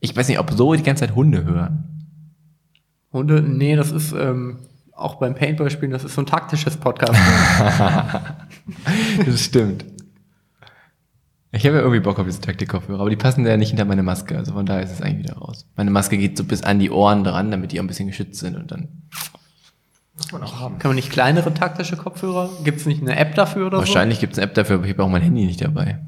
Ich weiß nicht, ob so die ganze Zeit Hunde hören. Hunde, nee, das ist ähm, auch beim Paintball-Spielen, das ist so ein taktisches Podcast. Das stimmt. Ich habe ja irgendwie Bock auf diese Taktikkopfhörer, aber die passen ja nicht hinter meine Maske, also von daher ist es eigentlich wieder raus. Meine Maske geht so bis an die Ohren dran, damit die auch ein bisschen geschützt sind und dann Muss man auch haben. Kann man nicht kleinere taktische Kopfhörer? Gibt es nicht eine App dafür oder Also- Wahrscheinlich gibt's eine App dafür, aber ich habe auch mein Handy nicht dabei.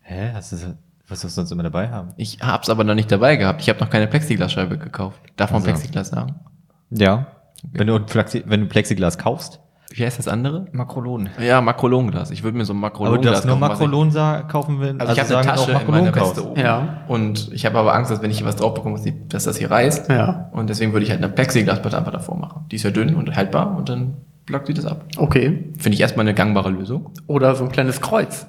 Hä? Hast du, so- was sollst du sonst immer dabei haben? Ich hab's aber noch nicht dabei gehabt. Ich habe noch keine Plexiglasscheibe gekauft. Darf man Also. Plexiglas sagen? Ja. Wenn, du Plexi wenn du Plexiglas kaufst. Wie heißt das andere? Makrolon. Ja, Makrolonglas. Ich würde mir so ein Aber Makrolonglas du darfst nur kaufen, was Makrolon sa- kaufen, wenn Also, ich habe eine Tasche in meiner Weste oben. Ja. Und ich habe aber Angst, dass wenn ich hier was drauf bekomme, dass die- dass das hier reißt. so? Ja, Und deswegen würde ich halt eine Plexiglasplatte einfach davor machen. Die ist ja dünn und haltbar und dann blockt die das ab. okay. Finde ich erstmal eine gangbare Lösung. Oder so ein kleines Kreuz.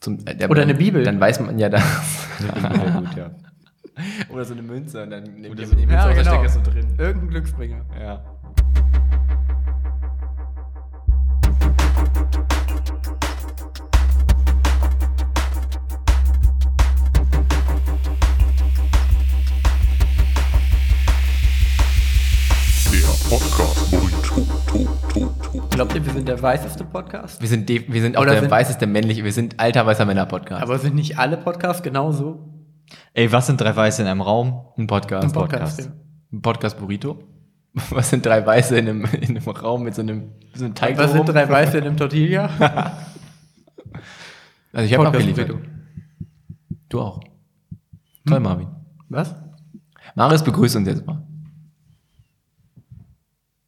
Zum, äh, der- Oder eine Bibel. Dann weiß man ja da. Sehr gut, ja. Oder so eine Münze und dann nehme Oder ich so- die Münze Ja, aus, da genau. steckt das so drin. Irgendein Glücksbringer. Ja. Glaubt ihr, wir sind der weißeste Podcast? Wir sind, de- wir sind auch Oder der sind- weißeste männliche, wir sind alter weißer Männer-Podcast. Aber sind nicht alle Podcasts genauso? Ey, was sind drei Weiße in einem Raum? Ein Podcast. Ein Ein, Podcast. Podcast. Podcast Burrito. Was sind drei Weiße in einem, in einem Raum mit so einem, so einem ja. Teig Was sind drumherum? drei Weiße in einem Tortilla? Also ich habe abgeliefert. Podcast-Empfehlung. Du auch. Toll, Marvin. Was? Marius begrüßt uns jetzt mal.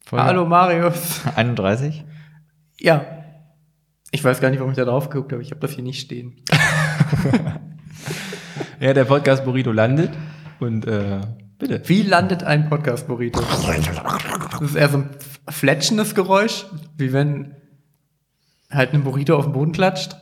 Folge Hallo Marius. 31? Ja. Ich weiß gar nicht, warum ich da drauf geguckt habe. Ich habe das hier nicht stehen. Ja, der Podcast Burrito landet und äh, bitte. Wie landet ein Podcast-Burrito? Das ist eher so ein fletschendes Geräusch, wie wenn halt ein Burrito auf den Boden klatscht.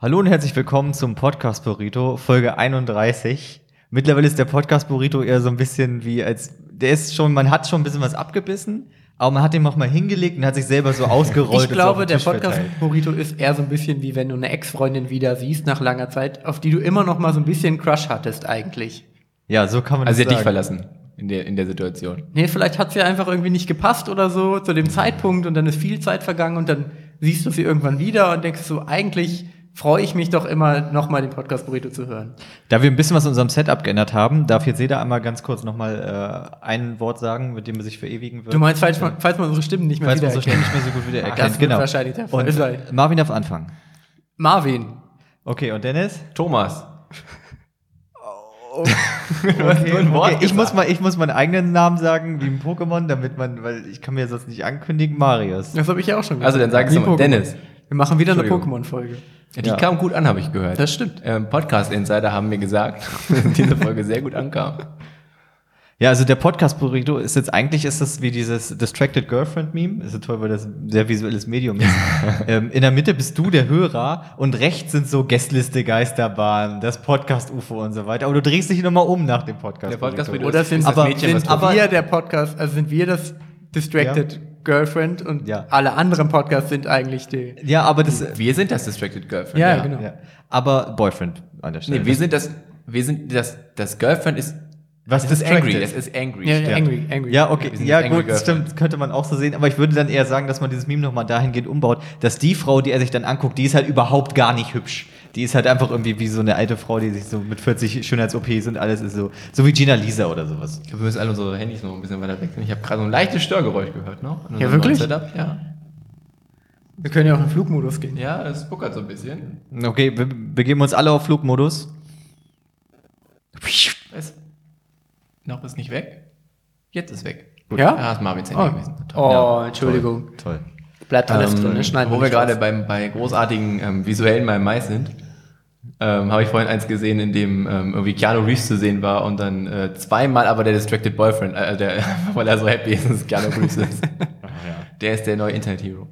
Hallo und herzlich willkommen zum Podcast Burrito, Folge 31. Mittlerweile ist der Podcast Burrito eher so ein bisschen wie als, der ist schon, man hat schon ein bisschen was abgebissen, aber man hat den auch mal hingelegt und hat sich selber so ausgerollt. Ich glaube, und der so auf den Tisch verteilt. Podcast-Burrito ist eher so ein bisschen wie wenn du eine Ex-Freundin wieder siehst nach langer Zeit, auf die du immer noch mal so ein bisschen Crush hattest eigentlich. Ja, so kann man Also er das hat dich sagen. verlassen in der, in der Situation. Nee, vielleicht hat sie einfach irgendwie nicht gepasst oder so zu dem Zeitpunkt und dann ist viel Zeit vergangen und dann siehst du sie irgendwann wieder und denkst so, eigentlich freue ich mich doch immer, nochmal den Podcast Burrito zu hören. Da wir ein bisschen was in unserem Setup geändert haben, darf jetzt jeder einmal ganz kurz nochmal äh, ein Wort sagen, mit dem er sich verewigen wird. Du meinst, falls man, falls man unsere Stimmen nicht mehr falls man so schnell wiedererkennt. nicht mehr so gut Das wiedererkennt. wird wahrscheinlich der Fall und sein. Marvin darf anfangen. Marvin. Okay, und Dennis? Thomas. Okay, ein Wort Ich, muss mal, ich muss meinen eigenen Namen sagen, wie ein Pokémon, damit man, weil ich kann mir sonst nicht ankündigen, Marius. Das habe ich ja auch schon Also dann sag es Wie nochmal. Pokémon. Dennis. Wir machen wieder eine Entschuldigung. Pokémon-Folge. Die Ja. kam gut an, habe ich gehört. Das stimmt. Ähm, Podcast-Insider haben mir gesagt, dass diese Folge sehr gut ankam. Ja, also der Podcast Burrito ist jetzt eigentlich ist das wie dieses Distracted Girlfriend Meme. Ist so toll, weil das ein sehr visuelles Medium ist. ähm, in der Mitte bist du der Hörer und rechts sind so Guestliste Geisterbahn, das Podcast UFO und so weiter. Aber du drehst dich nochmal um nach dem Podcast. Der Podcast Burrito Oder sind, Aber- sind was aber- aber, wir der Podcast, also sind wir das Distracted Girlfriend und Ja. alle anderen Podcasts sind eigentlich die. Ja, aber das. wir sind das Distracted Girlfriend. Ja, genau. Ja. Aber Boyfriend an der Stelle. Nee, wir sind das, wir sind das, das Girlfriend ist, Was es ist distracted? angry, es ist angry. Ja, ja, Ja. angry, angry. Ja, okay. Wir sind Ja, Angry gut, Girls. stimmt. Könnte man auch so sehen. Aber ich würde dann eher sagen, dass man dieses Meme nochmal dahingehend umbaut, dass die Frau, die er sich dann anguckt, die ist halt überhaupt gar nicht hübsch. Die ist halt einfach irgendwie wie so eine alte Frau, die sich so mit 40 Schönheits-OPs und alles ist so. So wie Gina Lisa oder sowas. Wir müssen alle unsere Handys noch ein bisschen weiter weg. Ich habe gerade so ein leichtes Störgeräusch gehört, ne? In Ja, unserem wirklich? neuen Setup. Ja, Wir können ja auch in den Flugmodus gehen. ja, es buckert so ein bisschen. Okay, wir begeben uns alle auf Flugmodus. Es, noch ist nicht weg. Jetzt ist weg. Gut. Ja? Ah, ist Marvin's Handy Oh, gewesen. Toll. oh Entschuldigung. Toll. Bleibt alles drin, ne? Ähm, schneiden wo wir nicht gerade raus. beim, bei großartigen ähm, visuellen Mal Mais sind, ähm, habe ich vorhin eins gesehen, in dem ähm, irgendwie Keanu Reeves zu sehen war und dann äh, zweimal aber der Distracted Boyfriend, äh, der, weil er so happy ist, dass Keanu Reeves ist. Der ist der neue Internet-Hero.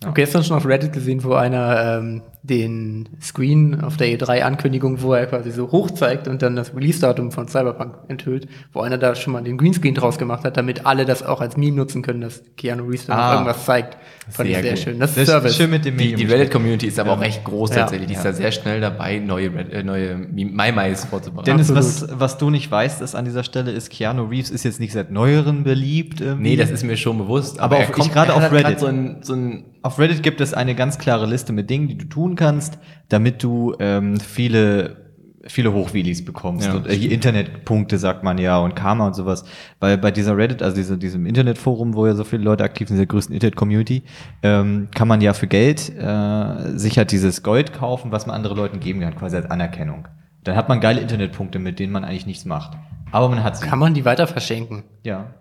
Ich habe gestern schon auf Reddit gesehen, wo einer ähm, den Screen auf der E3-Ankündigung, wo er quasi so hoch zeigt und dann das Release-Datum von Cyberpunk enthüllt, wo einer da schon mal den Greenscreen draus gemacht hat, damit alle das auch als Meme nutzen können, dass Keanu Reeves da noch Ah. irgendwas zeigt. Fand Sehr ich sehr gut. schön. Das Das ist Service. ist schön mit dem Die, Medium. die Reddit-Community ist aber auch echt groß Ja. tatsächlich. Die ist Ja. da sehr schnell dabei, neue, Red- äh, neue MyMys vorzubereiten. Dennis, was, Absolut. was du nicht weißt, ist an dieser Stelle, ist Keanu Reeves ist jetzt nicht seit neueren beliebt. irgendwie. nee, das ist mir schon bewusst. Aber er auf- ich kommt- gerade er auf hat grad Reddit. So ein, so ein, Auf Reddit gibt es eine ganz klare Liste mit Dingen, die du tun kannst, damit du ähm, viele viele Hochwheelies bekommst. Ja. Und, äh, hier Internetpunkte sagt man ja und Karma und sowas. Weil bei dieser Reddit, also dieser, diesem Internetforum, wo ja so viele Leute aktiv sind, der größten Internet-Community, ähm, kann man ja für Geld äh, sich halt dieses Gold kaufen, was man anderen Leuten geben kann, quasi als Anerkennung. Dann hat man geile Internetpunkte, mit denen man eigentlich nichts macht. Aber man hat sie. Kann man die weiter verschenken? Ja.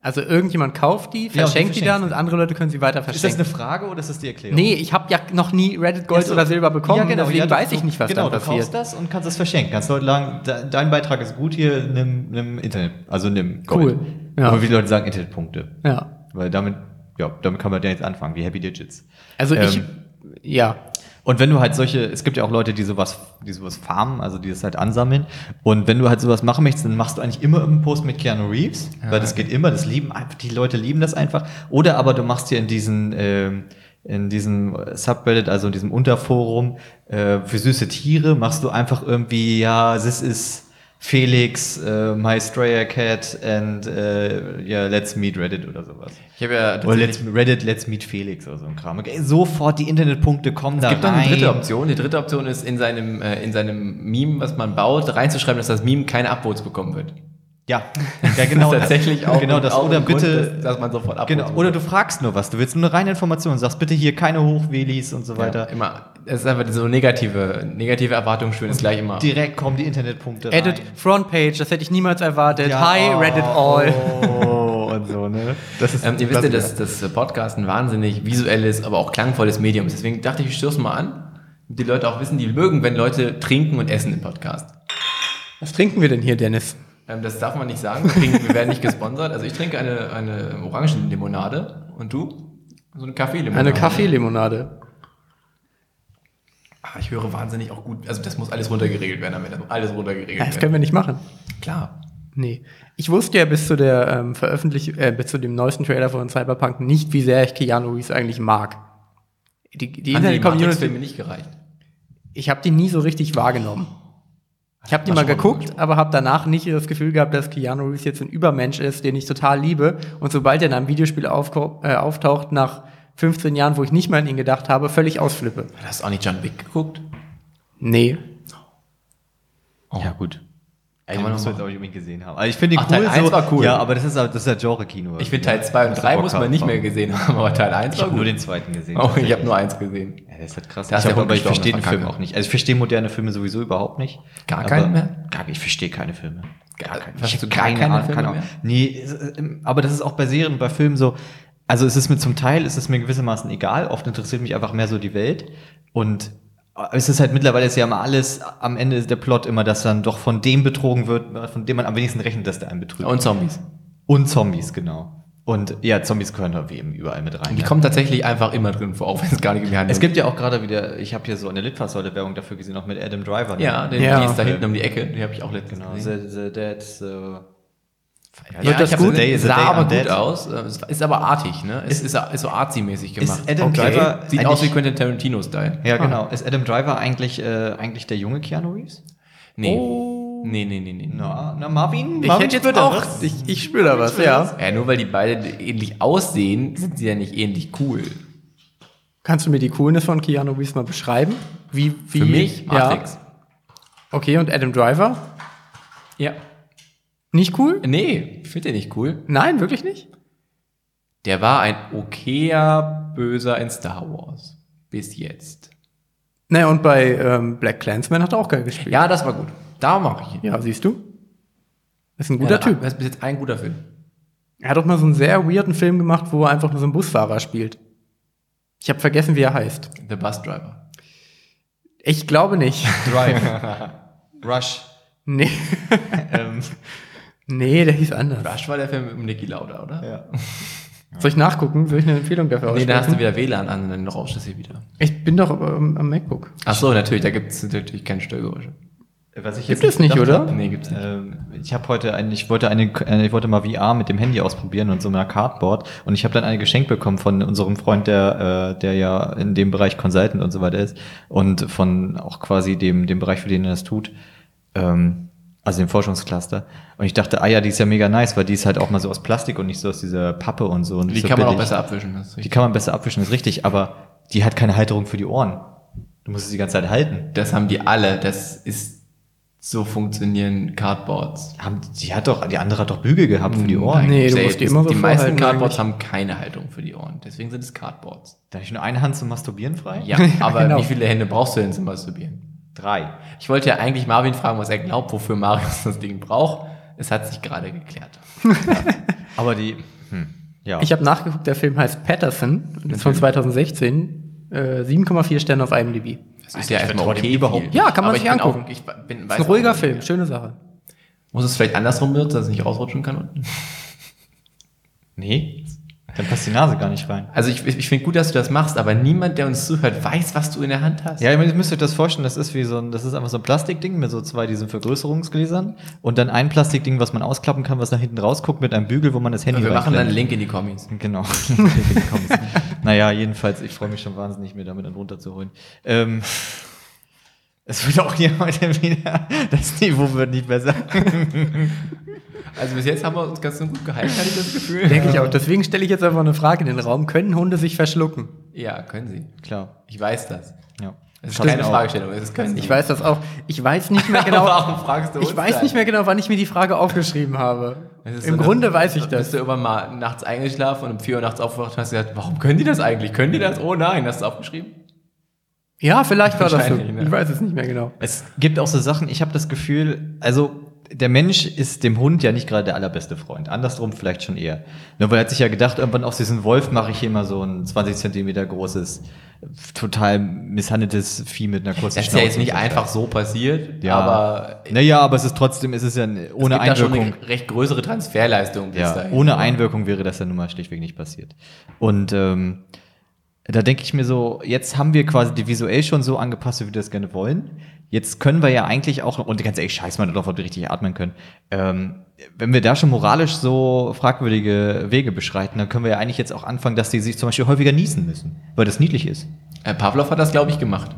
Also irgendjemand kauft die, Ja, und die verschenkt die dann verschenken. und andere Leute können sie weiter Ist das verschenken. eine Frage oder ist das die Erklärung? nee, ich habe ja noch nie Reddit Gold Ja, so. oder Silber bekommen, Ja, genau, deswegen ja, du- weiß ich nicht, was genau, da Du passiert. kaufst das und kannst das verschenken. Kannst Leute sagen, de- dein Beitrag ist gut hier, nimm, nimm Internet, also nimm Gold. Cool, ja. Aber viele Leute sagen Internetpunkte, Ja. weil damit, ja, damit kann man ja jetzt anfangen, wie Happy Digits. Also ich, Ähm, ja, und wenn du halt solche, es gibt ja auch Leute, die sowas, die sowas farmen, also die das halt ansammeln. Und wenn du halt sowas machen möchtest, dann machst du eigentlich immer einen Post mit Keanu Reeves, weil das geht immer, das lieben einfach, die Leute lieben das einfach. Oder aber du machst hier in diesen, ähm, in diesem Subreddit, also in diesem Unterforum äh, für süße Tiere, machst du einfach irgendwie, ja, this is Felix, äh, my Strayer Cat and äh, yeah, let's meet Reddit oder sowas. Also ich habe ja Oder tatsächlich let's, Reddit, let's meet Felix oder so ein Kram. Okay, sofort die Internetpunkte kommen da Es gibt noch rein. eine dritte Option. Die dritte Option ist, in seinem, äh, in seinem Meme, was man baut, reinzuschreiben, dass das Meme keine Upvotes bekommen wird. Ja, ja genau. das ist tatsächlich auch, Genau das. auch Oder ein Grund, bitte. dass, dass man sofort Upvotes genau, oder du fragst nur was. Du willst nur eine reine Information. Du Sagst bitte hier keine Hochwheelies und so bekommt. ja, weiter. immer. Es ist einfach so negative, negative Erwartungsschön ist gleich immer. Direkt kommen die Internetpunkte Edit rein. Frontpage, das hätte ich niemals erwartet. Ja, Hi Reddit All. Oh, und so, ne? Das ist Ähm, ihr wisst ja, das. dass das Podcast ein wahnsinnig visuelles, aber auch klangvolles Medium ist. Deswegen dachte ich, ich stöße mal an. Die Leute auch wissen, die mögen, wenn Leute trinken und essen im Podcast. Was trinken wir denn hier, Dennis? Ähm, das darf man nicht sagen. Wir, trinken, wir werden nicht gesponsert. Also ich trinke eine, eine Orangenlimonade. Und du? So eine Kaffeelimonade. Eine Kaffeelimonade. Ah, ich höre wahnsinnig auch gut. Also das muss alles runtergeregelt werden, damit das alles runtergeregelt Ja, das werden. können wir nicht machen. Klar. Nee. Ich wusste ja bis zu der ähm, Veröffentlichung, äh, bis zu dem neuesten Trailer von Cyberpunk nicht, wie sehr ich Keanu Reeves eigentlich mag. Die, die Haben die Internet-Community, Matrix-Filme nicht gereicht. ich habe die nie so richtig wahrgenommen. Ich habe die mal schon mal geguckt, aber habe danach nicht das Gefühl gehabt, dass Keanu Reeves jetzt ein Übermensch ist, den ich total liebe. Und sobald er in einem Videospiel aufko- äh, auftaucht, nach 15 Jahren, wo ich nicht mal an ihn gedacht habe, völlig ausflippe. Du hast auch nicht John Wick geguckt? Nee. Ja, gut. Ey, Kann den man muss noch man jetzt auch nicht unbedingt gesehen haben. Also ich finde den Ach, Teil eins war cool. Ja, aber das ist, ja- das ist ja Genre-Kino. Ich finde Teil 2 und 3 muss man nicht mehr gesehen haben, aber Teil 1 Ich habe nur den zweiten gesehen. Oh, ich habe nur eins gesehen. Ja, das ist halt krass. Da ist ich der hab- Hund aber ich gestorben, verstehe den das war Film kacke. auch nicht. Also ich verstehe moderne Filme sowieso überhaupt nicht. Gar Aber- keinen mehr? Äh, Gar, ich verstehe keine Filme. Gar keine. Hast Ich du hab gar keine Ahnung, Filme Ahnung. mehr? Nee, es- äh, aber das ist auch bei Serien, bei Filmen so. Also es ist mir zum Teil, es ist mir gewissermaßen egal. Oft interessiert mich einfach mehr so die Welt. Und es ist halt mittlerweile ist ja immer alles, am Ende ist der Plot immer, dass dann doch von dem betrogen wird, von dem man am wenigsten rechnet, dass der einen betrügt. Und Zombies. Und Zombies, genau. Und ja, Zombies gehören da eben überall mit rein. Die ja. kommen tatsächlich einfach immer drin vor, auch wenn es gar nicht im Handel Es gibt ja auch gerade wieder, ich habe hier so eine Litfaßsäule Werbung dafür gesehen, auch mit Adam Driver. ne? Ja, den, Ja. die ist da hinten um die Ecke. Die habe ich auch letztens Genau. gesehen. The, the Dead, the Ja, das ich hab's gut? gesehen. The day is the sah day aber I'm gut dead. aus. Äh, es Ist aber artig, ne? Es ist, ist so artsy-mäßig gemacht. Adam Driver Sieht aus wie eigentlich- Quentin Tarantino-Style. Ja, genau. Ist Adam Driver eigentlich, äh, eigentlich der junge Keanu Reeves? Nee. Oh. nee. Nee, nee, nee, nee. Na, na Marvin? ne? Ich hätte jetzt auch, ich, ich spüre da was, ja. Ja, nur weil die beide ähnlich aussehen, sind sie ja nicht ähnlich cool. Kannst du mir die Coolness von Keanu Reeves mal beschreiben? Wie, wie Für mich Matrix. Matrix. Ja. Okay, und Adam Driver? Ja. Nicht cool? Nee, ich finde den nicht cool. Nein, wirklich nicht? Der war ein okayer Böser in Star Wars. Bis jetzt. Naja, und bei ähm, Black Clansman hat er auch geil gespielt. Ja, das war gut. Da mache ich ihn. Ja, siehst du? Ist ein guter Ja, Typ. Das ist bis jetzt ein guter Film. Er hat auch mal so einen sehr weirden Film gemacht, wo er einfach nur so einen Busfahrer spielt. Ich habe vergessen, wie er heißt. The Bus Driver. Ich glaube nicht. Drive. Rush. Nee, ähm, nee der hieß anders. Rush war der Film mit Niki Lauda, oder? ja. Soll ich nachgucken? Soll ich eine Empfehlung dafür Nee, da hast du aussprechen? wieder WLAN an und dann rauscht es hier wieder. Ich bin doch am, am MacBook. Ach so, natürlich, da gibt es natürlich keine Störgeräusche. Was ich Gibt es nicht, gedacht oder? hab, Nee, gibt's nicht. Ähm, ich habe heute ein, ich wollte eine, äh, ich wollte mal VR mit dem Handy ausprobieren und so einer Cardboard und ich habe dann ein Geschenk bekommen von unserem Freund, der, äh, der ja in dem Bereich Consultant und so weiter ist und von auch quasi dem, dem Bereich, für den er das tut, ähm, also dem Forschungscluster. Und ich dachte, ah ja, die ist ja mega nice, weil die ist halt auch mal so aus Plastik und nicht so aus dieser Pappe und so. Und Die nicht so kann man auch billig. besser abwischen. Das ist Die richtig. kann man besser abwischen, ist richtig, aber die hat keine Halterung für die Ohren. Du musst es die ganze Zeit halten. das haben die alle. Das ist so funktionieren Cardboards. Haben, die hat doch, die andere hat doch Bügel gehabt für Hm, die Ohren. Nein. Nee, du Safe. musst die immer so Die meisten vorhalten Cardboards haben keine Haltung für die Ohren. Deswegen sind es Cardboards. Da habe ich nur eine Hand zum Masturbieren frei? Ja, aber Genau. wie viele Hände brauchst du denn zum Masturbieren? Drei. Ich wollte ja eigentlich Marvin fragen, was er glaubt, wofür Marius das Ding braucht. Es hat sich gerade geklärt. Aber die. Hm, ja. Ich habe nachgeguckt, der Film heißt Patterson und ist von 2016. Äh, 7,4 Sterne auf IMDb. Das ist ja erstmal vertraue dem okay. überhaupt viel. nicht. Ja, kann man Aber sich ich bin angucken. Auch, ich bin, Ist weiß ein auch ruhiger nicht. Film, schöne Sache. Muss es vielleicht andersrum benutzen, dass es nicht rausrutschen kann unten? nee. Dann passt die Nase gar nicht rein. Also ich, ich finde gut, dass du das machst, aber niemand, der uns zuhört, weiß, was du in der Hand hast. Ja, ihr müsst euch das vorstellen, das ist wie so ein, das ist einfach so ein Plastikding mit so zwei diesen Vergrößerungsgläsern und dann ein Plastikding, was man ausklappen kann, was nach hinten rausguckt mit einem Bügel, wo man das Handy also wir machen dann einen reinklemmt. Link in die Kommis. Genau. Kommst. naja, jedenfalls, ich freue mich schon wahnsinnig, mir damit dann runterzuholen. Ähm, es wird auch hier heute wieder, das Niveau wird nicht besser. Also bis jetzt haben wir uns ganz gut gehalten, hatte ich das Gefühl. Denke ich auch. Deswegen stelle ich jetzt einfach eine Frage in den Raum. Können Hunde sich verschlucken? Ja, können sie. Klar, Ich weiß das. ja. Es ist Stimmt keine auch. Fragestellung, es ist können sie. Ich weiß das auch. Ich weiß nicht mehr genau. Warum fragst du uns Ich weiß das? nicht mehr genau, wann ich mir die Frage aufgeschrieben habe. Es ist Im so, Grunde dass- weiß ich Bist das. du irgendwann mal nachts eingeschlafen und um 4 Uhr nachts aufgewacht und hast gesagt, warum können die das eigentlich? Können die das? Oh nein, hast du es aufgeschrieben? Ja, vielleicht war das so. Wahrscheinlich, ne? Ich weiß es nicht mehr genau. Es gibt auch so Sachen, ich habe das Gefühl, also der Mensch ist dem Hund ja nicht gerade der allerbeste Freund. Andersrum vielleicht schon eher. Nur weil er hat sich ja gedacht, irgendwann aus diesem Wolf mache ich hier mal so ein 20 Zentimeter großes, total misshandeltes Vieh mit einer kurzen Das ist ja jetzt Schnauze nicht und so einfach so passiert, Ja. aber Naja, aber es ist trotzdem, es ist ja ein- ohne es gibt da schon Einwirkung. eine recht größere Transferleistung bis Ja, dahin. ohne Einwirkung wäre das ja nun mal schlichtweg nicht passiert. Und ähm, da denke ich mir so, jetzt haben wir quasi die visuell schon so angepasst, wie wir das gerne wollen. Jetzt können wir ja eigentlich auch, und ganz ehrlich, scheiß mal darauf, ob wir richtig atmen können. Ähm, wenn wir da schon moralisch so fragwürdige Wege beschreiten, dann können wir ja eigentlich jetzt auch anfangen, dass die sich zum Beispiel häufiger niesen müssen, weil das niedlich ist. Äh, Pavlov hat das, glaube ich, gemacht.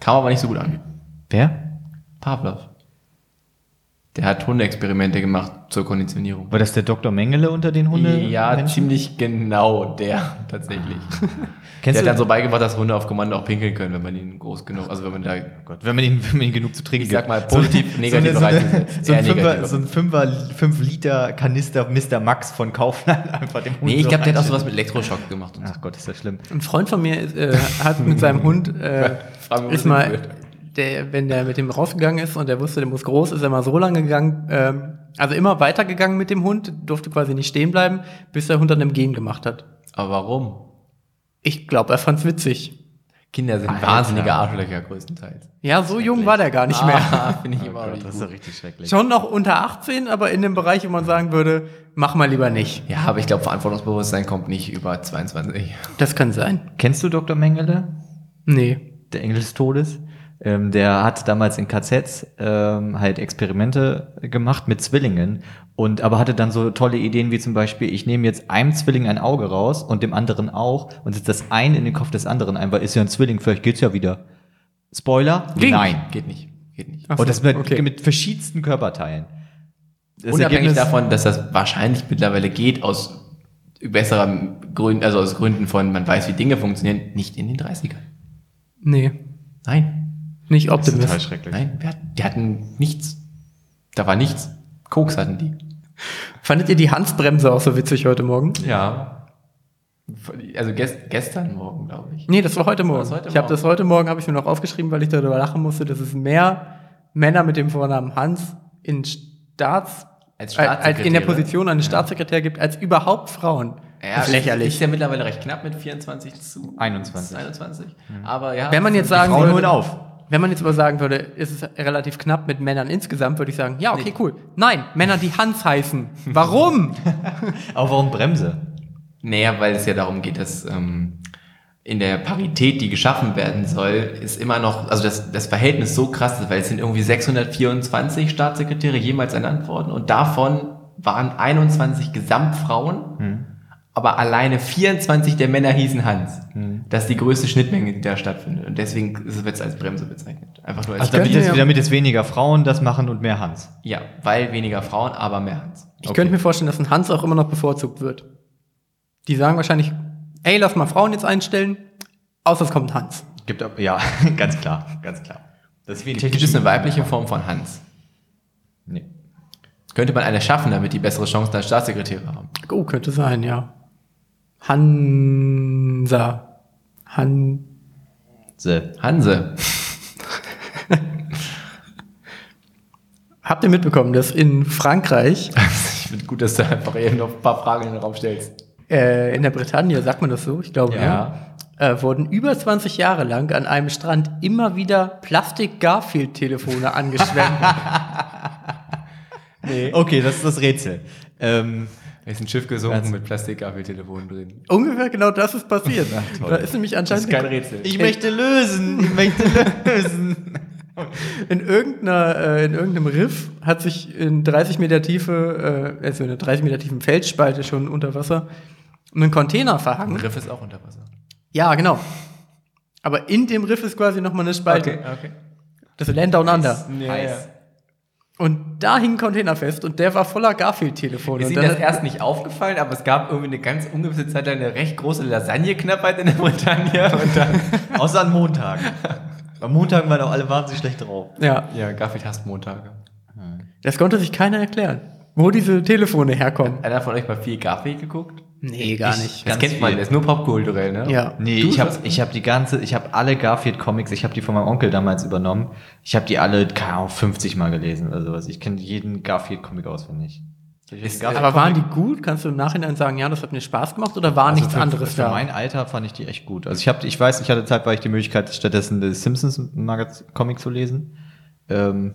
Kam aber nicht so gut an. Wer? Pavlov. Der hat Hundeexperimente gemacht zur Konditionierung. War das der Dr. Mengele unter den Hunden? ja, ziemlich genau der tatsächlich. der Kennst hat du dann so beigebracht, dass Hunde auf Kommando auch pinkeln können, wenn man ihnen groß genug, also wenn man da Gott, wenn man ihnen, wenn man ihnen genug zu trinken Ich gibt. sag mal, positiv, negativ so, eine- reingesetzt. so, ein Eher Fünfer, negativ. so ein Fünfer, fünf Liter Kanister Mr. Max von Kaufland einfach dem Hund Nee, ich so glaube, der hat auch reinschütten. sowas mit Elektroschock gemacht und so. Ach Gott, ist das schlimm. Ein Freund von mir äh, hat mit seinem Hund äh, Frag mich, wo ist sie mal, hinführt. der, wenn der mit dem rausgegangen ist und der wusste, der muss groß, ist er mal so lange gegangen, ähm, also immer weitergegangen mit dem Hund, durfte quasi nicht stehen bleiben, bis der Hund dann im Gehen gemacht hat. Aber warum? Ich glaube, er fand's witzig. Kinder sind Alter. wahnsinnige Arschlöcher größtenteils. Ja, so jung war der gar nicht mehr. Ah, finde ich Oh immer auch nicht gut. richtig schrecklich. Schon noch unter 18, aber in dem Bereich, wo man sagen würde, mach mal lieber nicht. Ja, aber ich glaube, Verantwortungsbewusstsein kommt nicht über 22. Das kann sein. Kennst du Dr. Mengele? Nee. der Engel des Todes. Ähm, der hat damals in KZs ähm, halt Experimente gemacht mit Zwillingen und aber hatte dann so tolle Ideen wie zum Beispiel, ich nehme jetzt einem Zwilling ein Auge raus und dem anderen auch und setze das ein in den Kopf des anderen ein, weil ist ja ein Zwilling, vielleicht geht's ja wieder. Spoiler? Ging. Nein. Geht nicht. Geht nicht. Ach so, Und das mit, okay. mit verschiedensten Körperteilen. Das Unabhängig Ergebnis- davon, dass das wahrscheinlich mittlerweile geht, aus besserer Gründen, also aus Gründen von, man weiß, wie Dinge funktionieren, nicht in den 30ern. Nee. Nein, Nicht Das ist total Optimist. schrecklich. nein, wir hatten, die hatten nichts. Da war nichts. Koks hatten die. Fandet ihr die Handbremse auch so witzig heute Morgen? Ja. Also gest, gestern Morgen, glaube ich. Nee, das war heute Morgen. Das war heute ich habe Morgen. das heute Morgen habe ich mir noch aufgeschrieben, weil ich darüber lachen musste, dass es mehr Männer mit dem Vornamen Hans in Staats Als äh, als in der Staatssekretäre. Position eines Staatssekretär gibt als überhaupt Frauen. das ist Ist lächerlich. ja mittlerweile recht knapp mit 24 zu 21. 21. Aber ja. Mhm. Wenn man das jetzt sind- sagen Frauen würde, hören auf. Wenn man jetzt aber sagen würde, ist es ist relativ knapp mit Männern insgesamt, würde ich sagen, ja, okay, cool. Nein, Männer, die Hans heißen. Warum? Aber warum Bremse? Naja, weil es ja darum geht, dass ähm, in der Parität, die geschaffen werden soll, ist immer noch, also das, das Verhältnis so krass ist, weil es sind irgendwie 624 Staatssekretäre jemals ernannt worden und davon waren 21 Gesamtfrauen, aber alleine 24 der Männer hießen Hans. Das ist die größte Schnittmenge, die da stattfindet. Und deswegen wird es als Bremse bezeichnet. Einfach nur als Also damit könnte ja- jetzt, damit jetzt weniger Frauen das machen und mehr Hans. Ja, weil weniger Frauen, aber mehr Hans. Ich könnte mir vorstellen, dass ein Hans auch immer noch bevorzugt wird. Die sagen wahrscheinlich, ey, lass mal Frauen jetzt einstellen, außer es kommt ein Hans. Gibt ab- ja, ganz klar, ganz klar. Das ist wie ein Gibt es eine weibliche Form von Hans? Nee. Könnte man eine schaffen, damit die bessere Chancen als Staatssekretäre haben? Oh, könnte sein, ja. Hansa. Han. Hanse. Habt ihr mitbekommen, dass in Frankreich, Ich finde gut, dass du einfach eben noch ein paar Fragen in den Raum stellst. äh, in der Bretagne, sagt man das so? Ich glaube, Ja. ja. Äh, wurden über 20 Jahre lang an einem Strand immer wieder Plastik-Garfield-Telefone angeschwemmt. Nee. Okay, das ist das Rätsel. Ähm, Da ist ein Schiff gesunken Ganz- mit Plastikkaffeetelefonen drin. Ungefähr genau das ist passiert. toll. da ist nämlich anscheinend Rätsel. ich möchte lösen, ich möchte lösen. In, irgendeiner, äh, in irgendeinem Riff hat sich in 30 Meter Tiefe, äh, also in einer 30 Meter tiefen Felsspalte schon unter Wasser, einen Container Ein verhangen. Riff ist auch unter Wasser. Ja, genau. Aber in dem Riff ist quasi nochmal eine Spalte. okay. Das ist Land Down Under. Heiß. Und da hing ein Container fest und der war voller Garfield-Telefone. Ist Und Ihnen dann das hat- erst nicht aufgefallen, aber es gab irgendwie eine ganz ungewisse Zeit lang eine recht große Lasagne-Knappheit in der Bretagne. Und dann, Außer an Montagen. Am Montag waren auch alle wahnsinnig schlecht drauf. Ja, ja, Garfield hasst Montage. das konnte sich keiner erklären, wo diese Telefone herkommen. Einer von euch mal viel Garfield geguckt? Nee, gar nicht. Das Ganz kennt man, viel. das ist nur popkulturell, ne? Ja. Nee, Du ich habe hast- ich hab die ganze, ich habe alle Garfield Comics, ich habe die von meinem Onkel damals übernommen. Ich habe die alle keine Ahnung, 50 mal gelesen oder sowas. Ich kenne jeden Garfield Comic auswendig. Ist, Aber waren die gut? Kannst du im Nachhinein sagen, ja, das hat mir Spaß gemacht oder war nichts Also für, anderes für da? mein Alter fand ich die echt gut. Also ich habe, ich weiß, ich hatte zeitweilig die Möglichkeit, stattdessen das Simpsons Magaz Comic zu lesen. Ähm,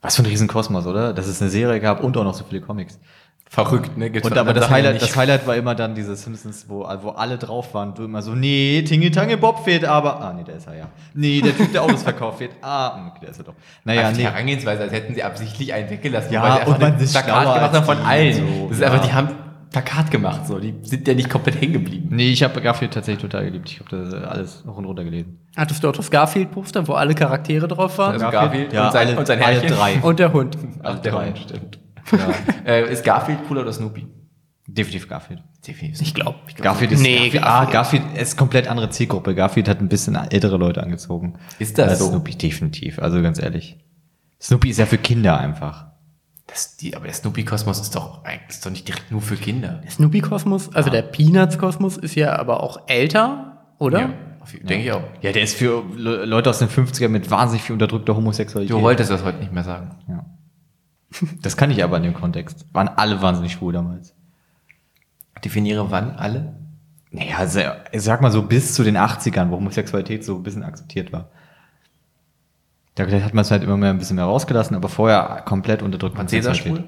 was für ein Riesenkosmos, oder? Dass es eine Serie gab und auch noch so viele Comics. verrückt, ne? Gibt's Und von aber anderen das Sachen Highlight, nicht. das Highlight war immer dann diese Simpsons, wo, wo alle drauf waren. Du immer so, nee, Tingle Tangle Bob fehlt aber. Ah, nee, der ist er ja. Nee, der Typ, der Autos verkauft wird. Ah, okay, der ist er doch. Naja, Einfach Also die nee. Herangehensweise, als hätten sie absichtlich einen weggelassen. Ja, weil sie einfach und man ein ist Plakat schlauer gemacht haben von als die, allen. so, das ist einfach, ja. die haben Plakat gemacht, so. Die sind ja nicht komplett hängen geblieben. Nee, ich habe Garfield tatsächlich total geliebt. Ich habe das äh, alles hoch und runter gelesen. Hattest du auch das Garfield-Poster, wo alle Charaktere drauf waren? Also Garfield ja, und sein- alle, und sein alle Herrchen. drei. Und der Hund. Also drei. Hund, stimmt. äh, ist Garfield cooler oder Snoopy? Definitiv Garfield. Definitiv. Ich glaube. Garfield ist, Nee, Garfield, Ah, Garfield ist komplett andere Zielgruppe. Garfield hat ein bisschen ältere Leute angezogen. Ist das Als so? Snoopy definitiv, also ganz ehrlich. Snoopy ist ja für Kinder einfach. Das, die, aber der Snoopy-Kosmos ist doch eigentlich ist doch nicht direkt nur für Kinder. Snoopy-Kosmos, also der Peanuts-Kosmos ist ja aber auch älter, oder? Ja, auf- denke ich auch. Ja, der ist für Le Leute aus den 50ern mit wahnsinnig viel unterdrückter Homosexualität. Du wolltest das heute nicht mehr sagen. Ja. Das kann ich aber in dem Kontext. Waren alle wahnsinnig schwul damals. Definiere wann alle? Naja, sehr, ich sag mal so bis zu den 80ern, wo Homosexualität so ein bisschen akzeptiert war. Da hat man es halt immer mehr ein bisschen mehr rausgelassen, aber vorher komplett unterdrückt. Waren Cäsar Homosexualität.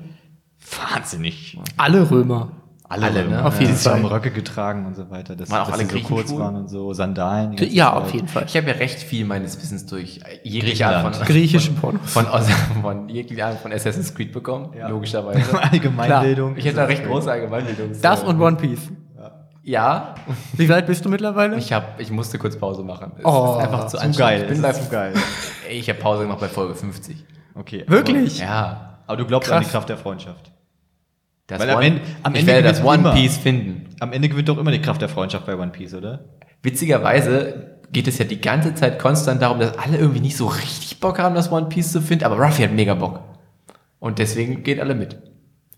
Wahnsinnig. Alle Römer. Alle, Alle, ne? ne? Auf Ja. jeden Die haben Fall. Röcke getragen und so weiter. Dass, Waren auch dass alle sie so Griechen kurz schwul? waren und so, Sandalen. die ganze Ja, Zeit. auf jeden Fall. Ich habe ja recht viel meines Wissens durch jegliche Art von, Griechischen Pornos. von, aus- von, jegliche Art von Assassin's Creed bekommen, Ja. logischerweise. Allgemeinbildung. Ich hätte da recht große Allgemeinbildung. Das und One Piece. Ja, Wie weit bist du mittlerweile? ich, hab, ich musste kurz Pause machen. Es Oh, zu Zu geil. Ich, bin das bei, ist zu geil. Ey, ich habe Pause gemacht bei Folge 50. Okay. Wirklich? Ja. Aber du glaubst an die Krass. Kraft der Freundschaft. Das Weil am Ende- am ich Ende werde das gewinnt One immer. Piece finden. Am Ende gewinnt doch immer die Kraft der Freundschaft bei One Piece, oder? Witzigerweise geht es ja die ganze Zeit konstant darum, dass alle irgendwie nicht so richtig Bock haben, das One Piece zu finden, aber Ruffy hat mega Bock. Und deswegen gehen alle mit.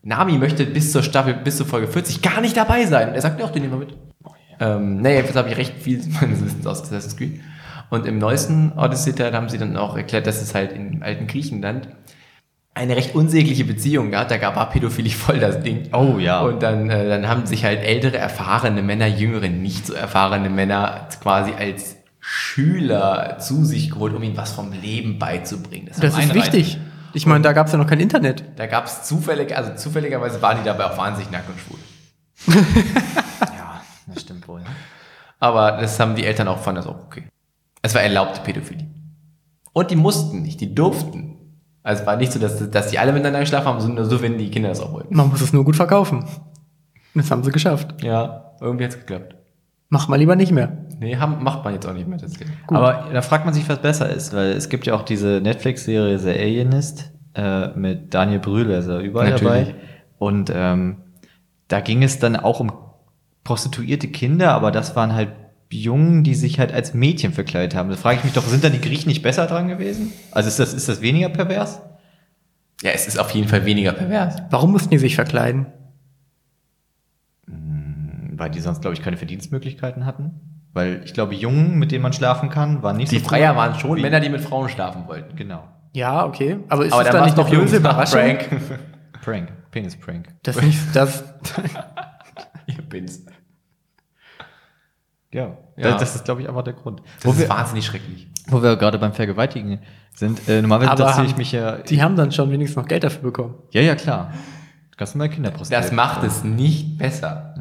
Nami möchte bis zur Staffel, bis zur Folge 40 gar nicht dabei sein. Und er sagt, ja, den nehmen wir mit. Oh Ähm, naja, jetzt habe ich recht viel meines Wissens aus Assassin's Creed. Und im neuesten Odyssey-Teil haben sie dann auch erklärt, dass es halt im alten Griechenland eine recht unsägliche Beziehung gab. Da gab war Pädophilie voll das Ding. Oh ja. Und dann, äh, dann haben sich halt ältere, erfahrene Männer, jüngere, nicht so erfahrene Männer quasi als Schüler zu sich geholt, um ihm was vom Leben beizubringen. Das haben ist einreißen. wichtig. Ich meine, da gab es ja noch kein Internet. Da gab es zufällig, also zufälligerweise waren die dabei auch wahnsinnig nackt und schwul. Ja, das stimmt wohl. Aber das haben die Eltern auch, fanden das auch okay. Es war erlaubte Pädophilie. Und die mussten nicht, die durften. Also es war nicht so, dass, dass die alle miteinander geschlafen haben, sondern so, wenn die Kinder das auch wollten. Man muss es nur gut verkaufen. Das haben sie geschafft. Ja, irgendwie hat's geklappt. Mach mal lieber nicht mehr. Nee, haben, macht man jetzt auch nicht mehr tatsächlich. Gut. Aber da fragt man sich, was besser ist, weil es gibt ja auch diese Netflix-Serie The Alienist äh, mit Daniel Brühl, also überall Natürlich. dabei. Und ähm, da ging es dann auch um prostituierte Kinder, aber das waren halt Jungen, die sich halt als Mädchen verkleidet haben. Da frage ich mich doch, sind dann die Griechen nicht besser dran gewesen? Also ist das, ist das weniger pervers? Ja, es ist auf jeden Fall weniger pervers. Warum mussten die sich verkleiden? Weil die sonst, glaube ich, keine Verdienstmöglichkeiten hatten. Weil ich glaube, Jungen, mit denen man schlafen kann, waren nicht Die so Freier waren schon Wie- Männer, die mit Frauen schlafen wollten. Genau. Ja, okay. Aber ist Aber das dann dann war's nicht eine doch Jungs böse nach Überraschung? Prank. Prank. Penis-Prank. Das nicht, das, Ihr bin's. Ja. Ja. Das, das ist, glaube ich, einfach der Grund. Das ist wahnsinnig schrecklich. Wo wir gerade beim Vergewaltigen sind, äh, normalerweise Aber interessiere ich haben- mich ja. die haben dann schon wenigstens noch Geld dafür bekommen. ja, ja, klar. Ganz normal Kinderprostituiert. Das macht es nicht besser.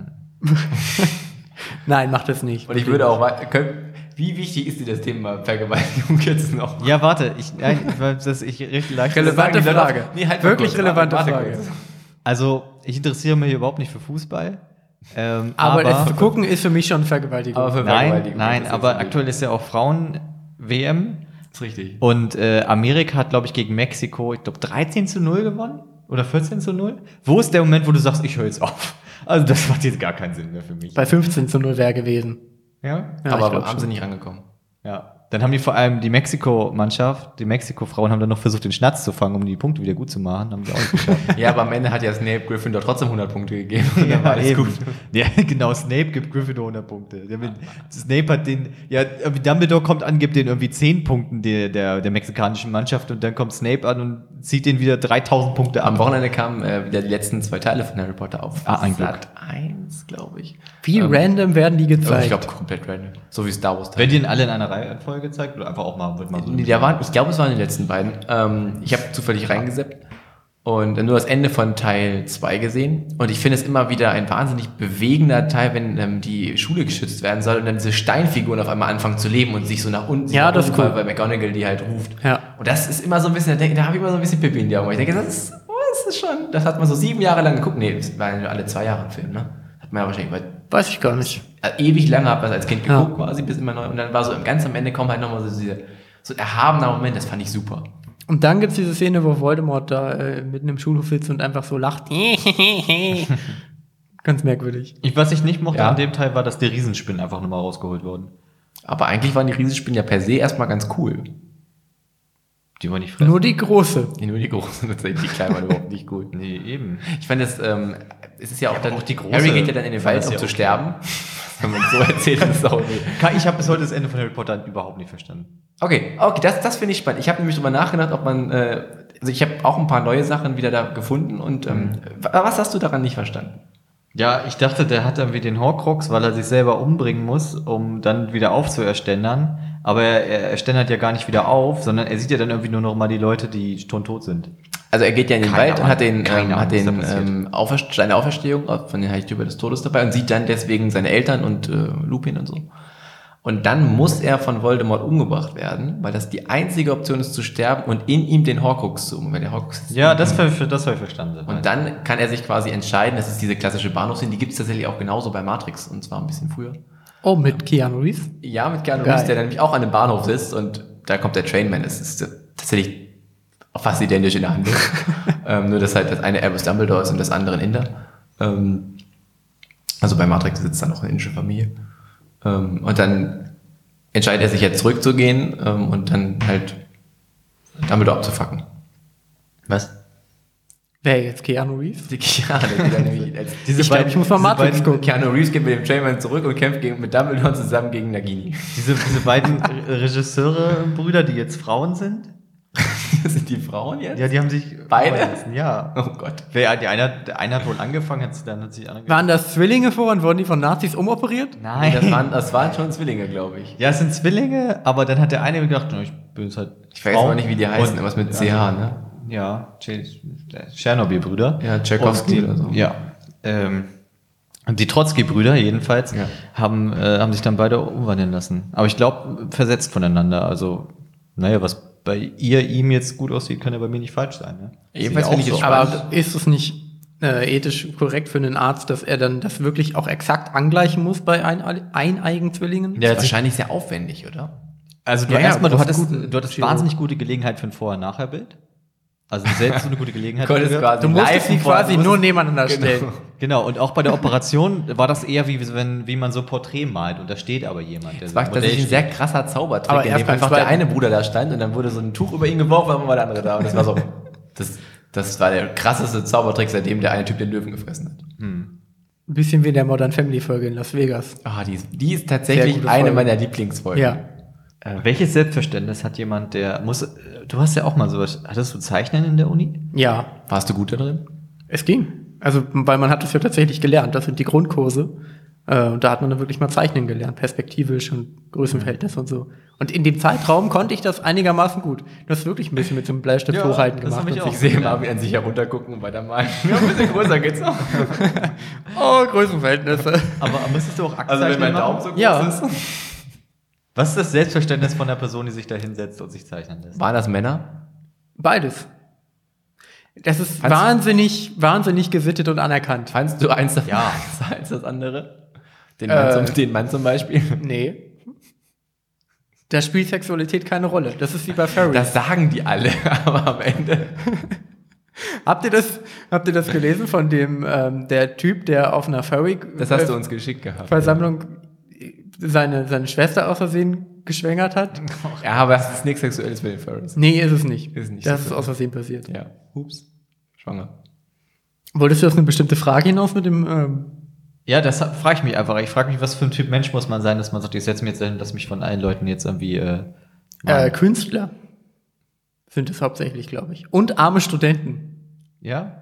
Nein, macht das nicht. Und ich würde auch, wei- könnt- wie wichtig ist dir das Thema Vergewaltigung jetzt noch? Ja, warte, ich, nein, weil das ich richtig leicht. Relevante Sagen die Leute, Frage. Nee, halt mal Wirklich kurz, relevante warte, warte Frage. kurz. Also, ich interessiere mich überhaupt nicht für Fußball. Ähm, Aber, es zu gucken ist für mich schon Vergewaltigung. Aber für nein, Vergewaltigung nein, ist aber jetzt nicht- aktuell ist ja auch Frauen-WM ist richtig. und äh, Amerika hat, glaube ich, gegen Mexiko, ich glaube, 13 zu 0 gewonnen oder 14 zu 0. Wo ist der Moment, wo du sagst, ich höre jetzt auf? Also, das macht jetzt gar keinen Sinn mehr für mich. Bei 15 zu 0 wäre gewesen. Ja? Ja, ich aber glaub haben schon. sie nicht rangekommen. Ja, dann haben die vor allem die Mexiko-Mannschaft, die Mexiko-Frauen haben dann noch versucht, den Schnatz zu fangen, um die Punkte wieder gut zu machen. Haben sie auch nicht geschafft. Ja, aber am Ende hat ja Snape Griffin doch trotzdem 100 Punkte gegeben. Und dann war alles eben. gut. Ja, genau, Snape gibt Gryffindor 100 Punkte. Der mit- Snape hat den, ja, irgendwie Dumbledore kommt an, gibt den irgendwie 10 Punkten der, der, der mexikanischen Mannschaft und dann kommt Snape an und zieht den wieder 3000 Punkte ab. Am Wochenende kamen äh, wieder die letzten zwei Teile von Harry Potter auf. Ah, ein Glück. Sat 1, glaube ich. Wie Ähm, random werden die Aber gezeigt? ich glaube, komplett random. So wie Star Wars. Werden die denn alle in einer Reihe Folge gezeigt oder einfach auch mal, wird mal so. Nee, da waren, ich glaube, es waren die letzten beiden. Ähm, ich habe zufällig reingeseppt und nur das Ende von Teil 2 gesehen. Und ich finde es immer wieder ein wahnsinnig bewegender Teil, wenn ähm, die Schule geschützt werden soll und dann diese Steinfiguren auf einmal anfangen zu leben und sich so nach unten, Ja, nach das ist unten cool. weil- weil McGonagall die halt ruft. Ja. Und das ist immer so ein bisschen, da, denk- da habe ich immer so ein bisschen Pippi in die Augen. weil Ich denke, das ist, oh, das ist schon, das hat man so sieben Jahre lang geguckt. Nee, das war ja alle zwei Jahre ein Film, ne? Hat man ja wahrscheinlich über Weiß ich gar nicht. also ewig lange hat man als Kind Ja. geguckt quasi, bis immer neu. Und dann war so ganz am Ende kommen halt nochmal so diese, so ein erhabener Moment, das fand ich super. Und dann gibt's diese Szene, wo Voldemort da äh, mitten im Schulhof sitzt und einfach so lacht. Ganz merkwürdig. Ich, was ich nicht mochte Ja. an dem Teil war, dass die Riesenspinnen einfach nochmal rausgeholt wurden. Aber eigentlich waren die Riesenspinnen ja per se erstmal ganz cool. Die waren nicht fressen. Nur die große. Nee, nur die großen, tatsächlich, die kleinen waren überhaupt nicht cool. Nee, eben. Ich fand das, ähm, es ist ja auch dann, auch die große Harry geht ja dann in den war Wald, das um ja zu auch. sterben. Wenn man so erzählt, ist es auch okay. Ka- Ich habe bis heute das Ende von Harry Potter überhaupt nicht verstanden. Okay, okay, das, das finde ich spannend. Ich habe nämlich drüber nachgedacht, ob man, äh, also ich habe auch ein paar neue Sachen wieder da gefunden und ähm, wa- was hast du daran nicht verstanden? Ja, ich dachte, der hat irgendwie den Horcrux, weil er sich selber umbringen muss, um dann wieder aufzuerständern. Aber er, er erständert ja gar nicht wieder auf, sondern er sieht ja dann irgendwie nur noch mal die Leute, die schon tot sind. Also er geht ja in den Keine Wald und Ahnung. hat den, Keine ähm, Ahnung, hat was da den passiert. ähm, Auferst seine Auferstehung auf- von den Heiligtümer des Todes dabei und sieht dann deswegen seine Eltern und äh, Lupin und so. Und dann muss er von Voldemort umgebracht werden, weil das die einzige Option ist zu sterben und in ihm den Horcrux zu umgehen. Der Horcrux ist Ja, das, ver- das habe ich verstanden. und dann kann er sich quasi entscheiden, das ist diese klassische Bahnhofsszene, die gibt es tatsächlich auch genauso bei Matrix und zwar ein bisschen früher. Oh, mit Keanu Reeves. Ja, mit Keanu Geil. Reeves, der dann nämlich auch an dem Bahnhof sitzt und da kommt der Trainman. Es ist äh, tatsächlich fast identisch in der Handlung. ähm, nur, dass halt das eine Albus Dumbledore ist und das andere ein Inder. Ähm, also bei Matrix sitzt dann auch eine indische Familie. Ähm, und dann entscheidet er sich jetzt zurückzugehen ähm, und dann halt Dumbledore abzufacken. was? Wer jetzt Keanu Reeves? Ja, der geht dann nämlich als Diese Ich glaub, beiden- ich muss mal diese Matrix beiden- gucken. Keanu Reeves geht mit dem Trainman zurück und kämpft gegen, mit Dumbledore zusammen gegen Nagini. Diese, diese beiden Re- Regisseure, Brüder, die jetzt Frauen sind, Das sind die Frauen jetzt? Ja, die haben sich Beide? überlassen, Ja. Oh Gott. Wer, die eine, der eine hat wohl angefangen, hat sie dann hat sich angefangen. Waren das Zwillinge vor und wurden die von Nazis umoperiert? Nein. Das waren, das waren schon Zwillinge, glaube ich. ja, es sind Zwillinge, aber dann hat der eine gedacht, "Na, ich bin jetzt halt. Ich weiß Frau." aber nicht, wie die heißen, Und- was mit CH, ne? Ja, Tsche- Tschernobyl-Brüder. Ja, Tchaikovsky Und die- oder so. Ja. Ähm, und die Trotzki-Brüder jedenfalls Ja. haben, äh, haben sich dann beide umwandeln lassen. Aber ich glaube, versetzt voneinander. Also, naja, was bei ihr, ihm jetzt gut aussieht, kann ja bei mir nicht falsch sein. Ne? Jedenfalls Sie finde ich auch es so. spannend. Aber ist es nicht äh, ethisch korrekt für einen Arzt, dass er dann das wirklich auch exakt angleichen muss bei ein, eineigen Zwillingen? Ja, wahrscheinlich sehr aufwendig, oder? Also du Ja, ja, erstmal, du das hattest, ist gut, du hattest Chiro. wahnsinnig gute Gelegenheit für ein Vorher-Nachher-Bild. Also selbst so eine gute Gelegenheit. Konntest dafür. quasi Du musstest live sie vor- quasi du nur musstest- nebeneinander stellen. Genau, und auch bei der Operation war das eher wie wenn wie man so Porträt malt und da steht aber jemand. Der Das war so ein tatsächlich ein Modell sehr krasser Zaubertrick, Aber in erst dem beim einfach der zweiten. eine Bruder da stand und dann wurde so ein Tuch über ihn geworfen, dann war der andere da. Und das war so, das, das war der krasseste Zaubertrick, seitdem der eine Typ den Löwen gefressen hat. Ein bisschen wie in der Modern Family Folge in Las Vegas. Ah, die, ist- die ist Sehr tatsächlich gute eine Folge. meiner Lieblingsfolgen. Ja. steht. Äh, welches Selbstverständnis hat jemand, der muss. äh, Du hast ja auch mal sowas. Hattest du Zeichnen in der Uni? Ja, Warst du gut da drin? Es ging. Also, weil man hat es ja tatsächlich gelernt. Das sind die Grundkurse. Äh, Und da hat man dann wirklich mal zeichnen gelernt, perspektivisch und Größenverhältnis und so. Und in dem Zeitraum konnte ich das einigermaßen gut. Du hast wirklich ein bisschen mit dem Bleistift Ja, hochhalten das gemacht. hab ich und auch. Ich sehe immer, wie an sich heruntergucken und weitermalen. Ja, ein bisschen größer geht's noch. sich- Oh, Größenverhältnisse. Aber musstest du auch Aktien Also wenn mein Daumen so groß Ja. ist. Was ist das Selbstverständnis von der Person, die sich da hinsetzt und sich zeichnen lässt? Waren das Männer? Beides. Das ist Fandst- wahnsinnig, wahnsinnig gesittet und anerkannt. Fandst du eins davon Ja. besser als das andere? Den Mann, Äh. zum, den Mann zum Beispiel? Nee. Da spielt Sexualität keine Rolle. Das ist wie bei Ferry. Das sagen die alle, aber am Ende. habt ihr das, habt ihr das gelesen von dem, ähm, der Typ, der auf einer Ferry? Das hast du uns geschickt gehabt. Versammlung äh, seine, seine Schwester aus Versehen geschwängert hat? Ja, aber es ist nichts Sexuelles mit den Ferris. Nee, ist es nicht. Ist nicht so das ist aus Versehen passiert. Ja. Hups. Schwanger. Wolltest du auf eine bestimmte Frage hinaus mit dem... Ähm, Ja, das frage ich mich einfach. Ich frage mich, was für ein Typ Mensch muss man sein, dass man sagt, ich setze mich jetzt dahin, dass mich von allen Leuten jetzt irgendwie. Äh, äh, Künstler sind es hauptsächlich, glaube ich. Und arme Studenten. ja?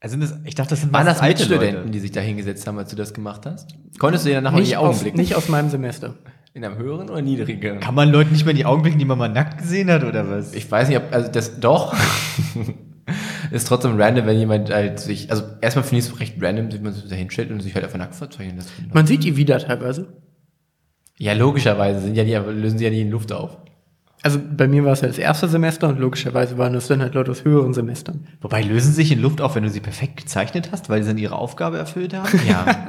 Also sind das, ich dachte, das sind Waren meist das alte Mitstudenten, Leute. die sich da hingesetzt haben, als du das gemacht hast? Konntest du dir danach auch in die Nicht Augen aus, blicken? nicht aus meinem Semester. In einem höheren oder niedrigeren? Kann man Leuten nicht mehr in die Augen blicken, die man mal nackt gesehen hat oder was? Ich weiß nicht, ob, also das doch. ist trotzdem random, wenn jemand halt sich, also erstmal finde ich es recht random, wenn man sich da hinstellt und sich halt einfach nackt verzeichnen lässt. Man sieht die wieder teilweise. Ja, logischerweise sind ja die, lösen sie ja nicht in Luft auf. Also bei mir war es ja das erste Semester und logischerweise waren das dann halt Leute aus höheren Semestern. Wobei lösen sie sich in Luft auf, wenn du sie perfekt gezeichnet hast, weil sie dann ihre Aufgabe erfüllt haben? Ja.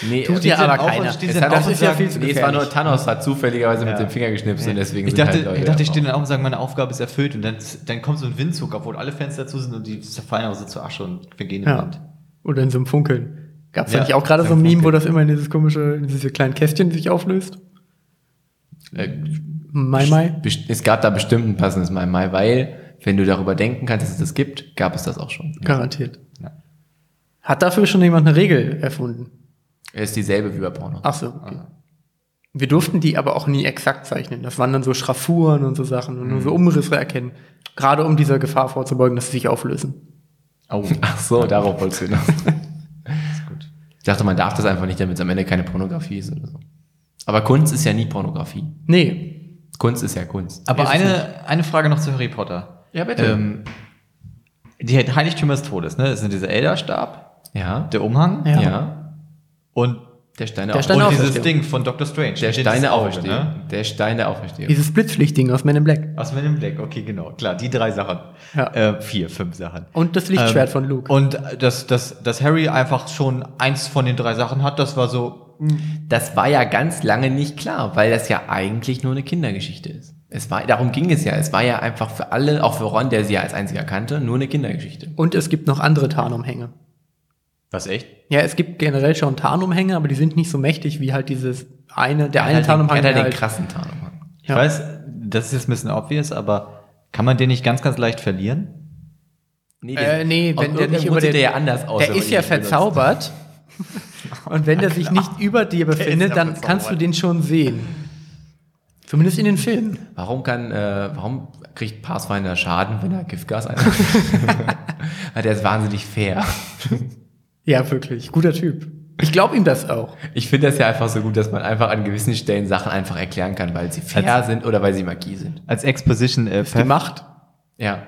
nee, Tut die ja sind aber auch- keiner. es sind hat auch auch Das ist ja gesagt, viel zu nee, es war nur gefährlich. Thanos hat zufälligerweise Ja. mit dem Finger geschnipst und deswegen ich dachte, sind halt Leute ich dachte, die drauf. stehen dann auch und sagen, meine Aufgabe ist erfüllt und dann, dann kommt so ein Windzug, obwohl alle Fenster zu sind und die zerfallen auch so zu Asche und vergehen im Ja. Wind. Oder in so einem Funkeln. Gab es Ja, da nicht auch gerade so so ein ein Meme, wo Funkeln. das immer in dieses komische, in diese kleinen Kästchen sich auflöst? Äh, Mai Mai? Best- Es gab da bestimmt ein passendes Mai Mai, weil, wenn du darüber denken kannst, dass es das gibt, gab es das auch schon. Garantiert. Ja. Hat dafür schon jemand eine Regel erfunden? Es ist dieselbe wie bei Porno. Ach so. Okay. Ah. Wir durften die aber auch nie exakt zeichnen. Das waren dann so Schraffuren und so Sachen und Mhm. nur so Umrisse erkennen. Gerade um dieser Gefahr vorzubeugen, dass sie sich auflösen. Oh, Ach so, darauf wolltest du hinaus. ist gut. Ich dachte, man darf das einfach nicht, damit es am Ende keine Pornografie ist oder so. Aber Kunst ist ja nie Pornografie. Nee. Kunst ist ja Kunst. Aber Ist es eine, eine Frage noch zu Harry Potter. Ja, bitte. Ähm, die Heiligtümer des Todes, ne? Das sind dieser Elderstab, ja. der Umhang Ja. ja. und, Der Stein Der der Stein Auferstehung. der und dieses Auferstehung. Ding von Dr. Strange. Der dieses Stein der Auge, Auferstehung. ne? Der Stein der Auferstehung. Dieses Blitzlichtding aus Men in Black. Aus Men in Black, okay, genau. Klar, die drei Sachen. Ja. Äh, vier, fünf Sachen. Und das Lichtschwert von Luke. Und äh, dass, dass, dass Harry einfach schon eins von den drei Sachen hat, das war so. Das war ja ganz lange nicht klar, weil das ja eigentlich nur eine Kindergeschichte ist. Es war, darum ging es ja. Es war ja einfach für alle, auch für Ron, der sie ja als einziger kannte, nur eine Kindergeschichte. Und es gibt noch andere Tarnumhänge. Was echt? Ja, es gibt generell schon Tarnumhänge, aber die sind nicht so mächtig wie halt dieses eine, der eine Tarnumhang, Tarnumhang, hat er der halt den halt, krassen Tarnumhang. Ich Ja. weiß, das ist jetzt ein bisschen obvious, aber kann man den nicht ganz, ganz leicht verlieren? Nee, Äh, nee, wenn der nicht über sieht den- der ja anders aus. Der wenn man ist ihn ja nicht benutzt. verzaubert. Und wenn der sich nicht über dir Der ist befindet, ja dann kannst du verzaubert. den schon sehen. Zumindest in den Filmen. Warum kann, äh, warum kriegt Pathfinder Schaden, wenn er Giftgas einsetzt? Weil Der ist wahnsinnig fair. Ja, wirklich. Guter Typ. Ich glaube ihm das auch. Ich finde das ja einfach so gut, dass man einfach an gewissen Stellen Sachen einfach erklären kann, weil sie fair sind oder weil sie Magie sind. Als Exposition äh, Die Path- Macht. Ja.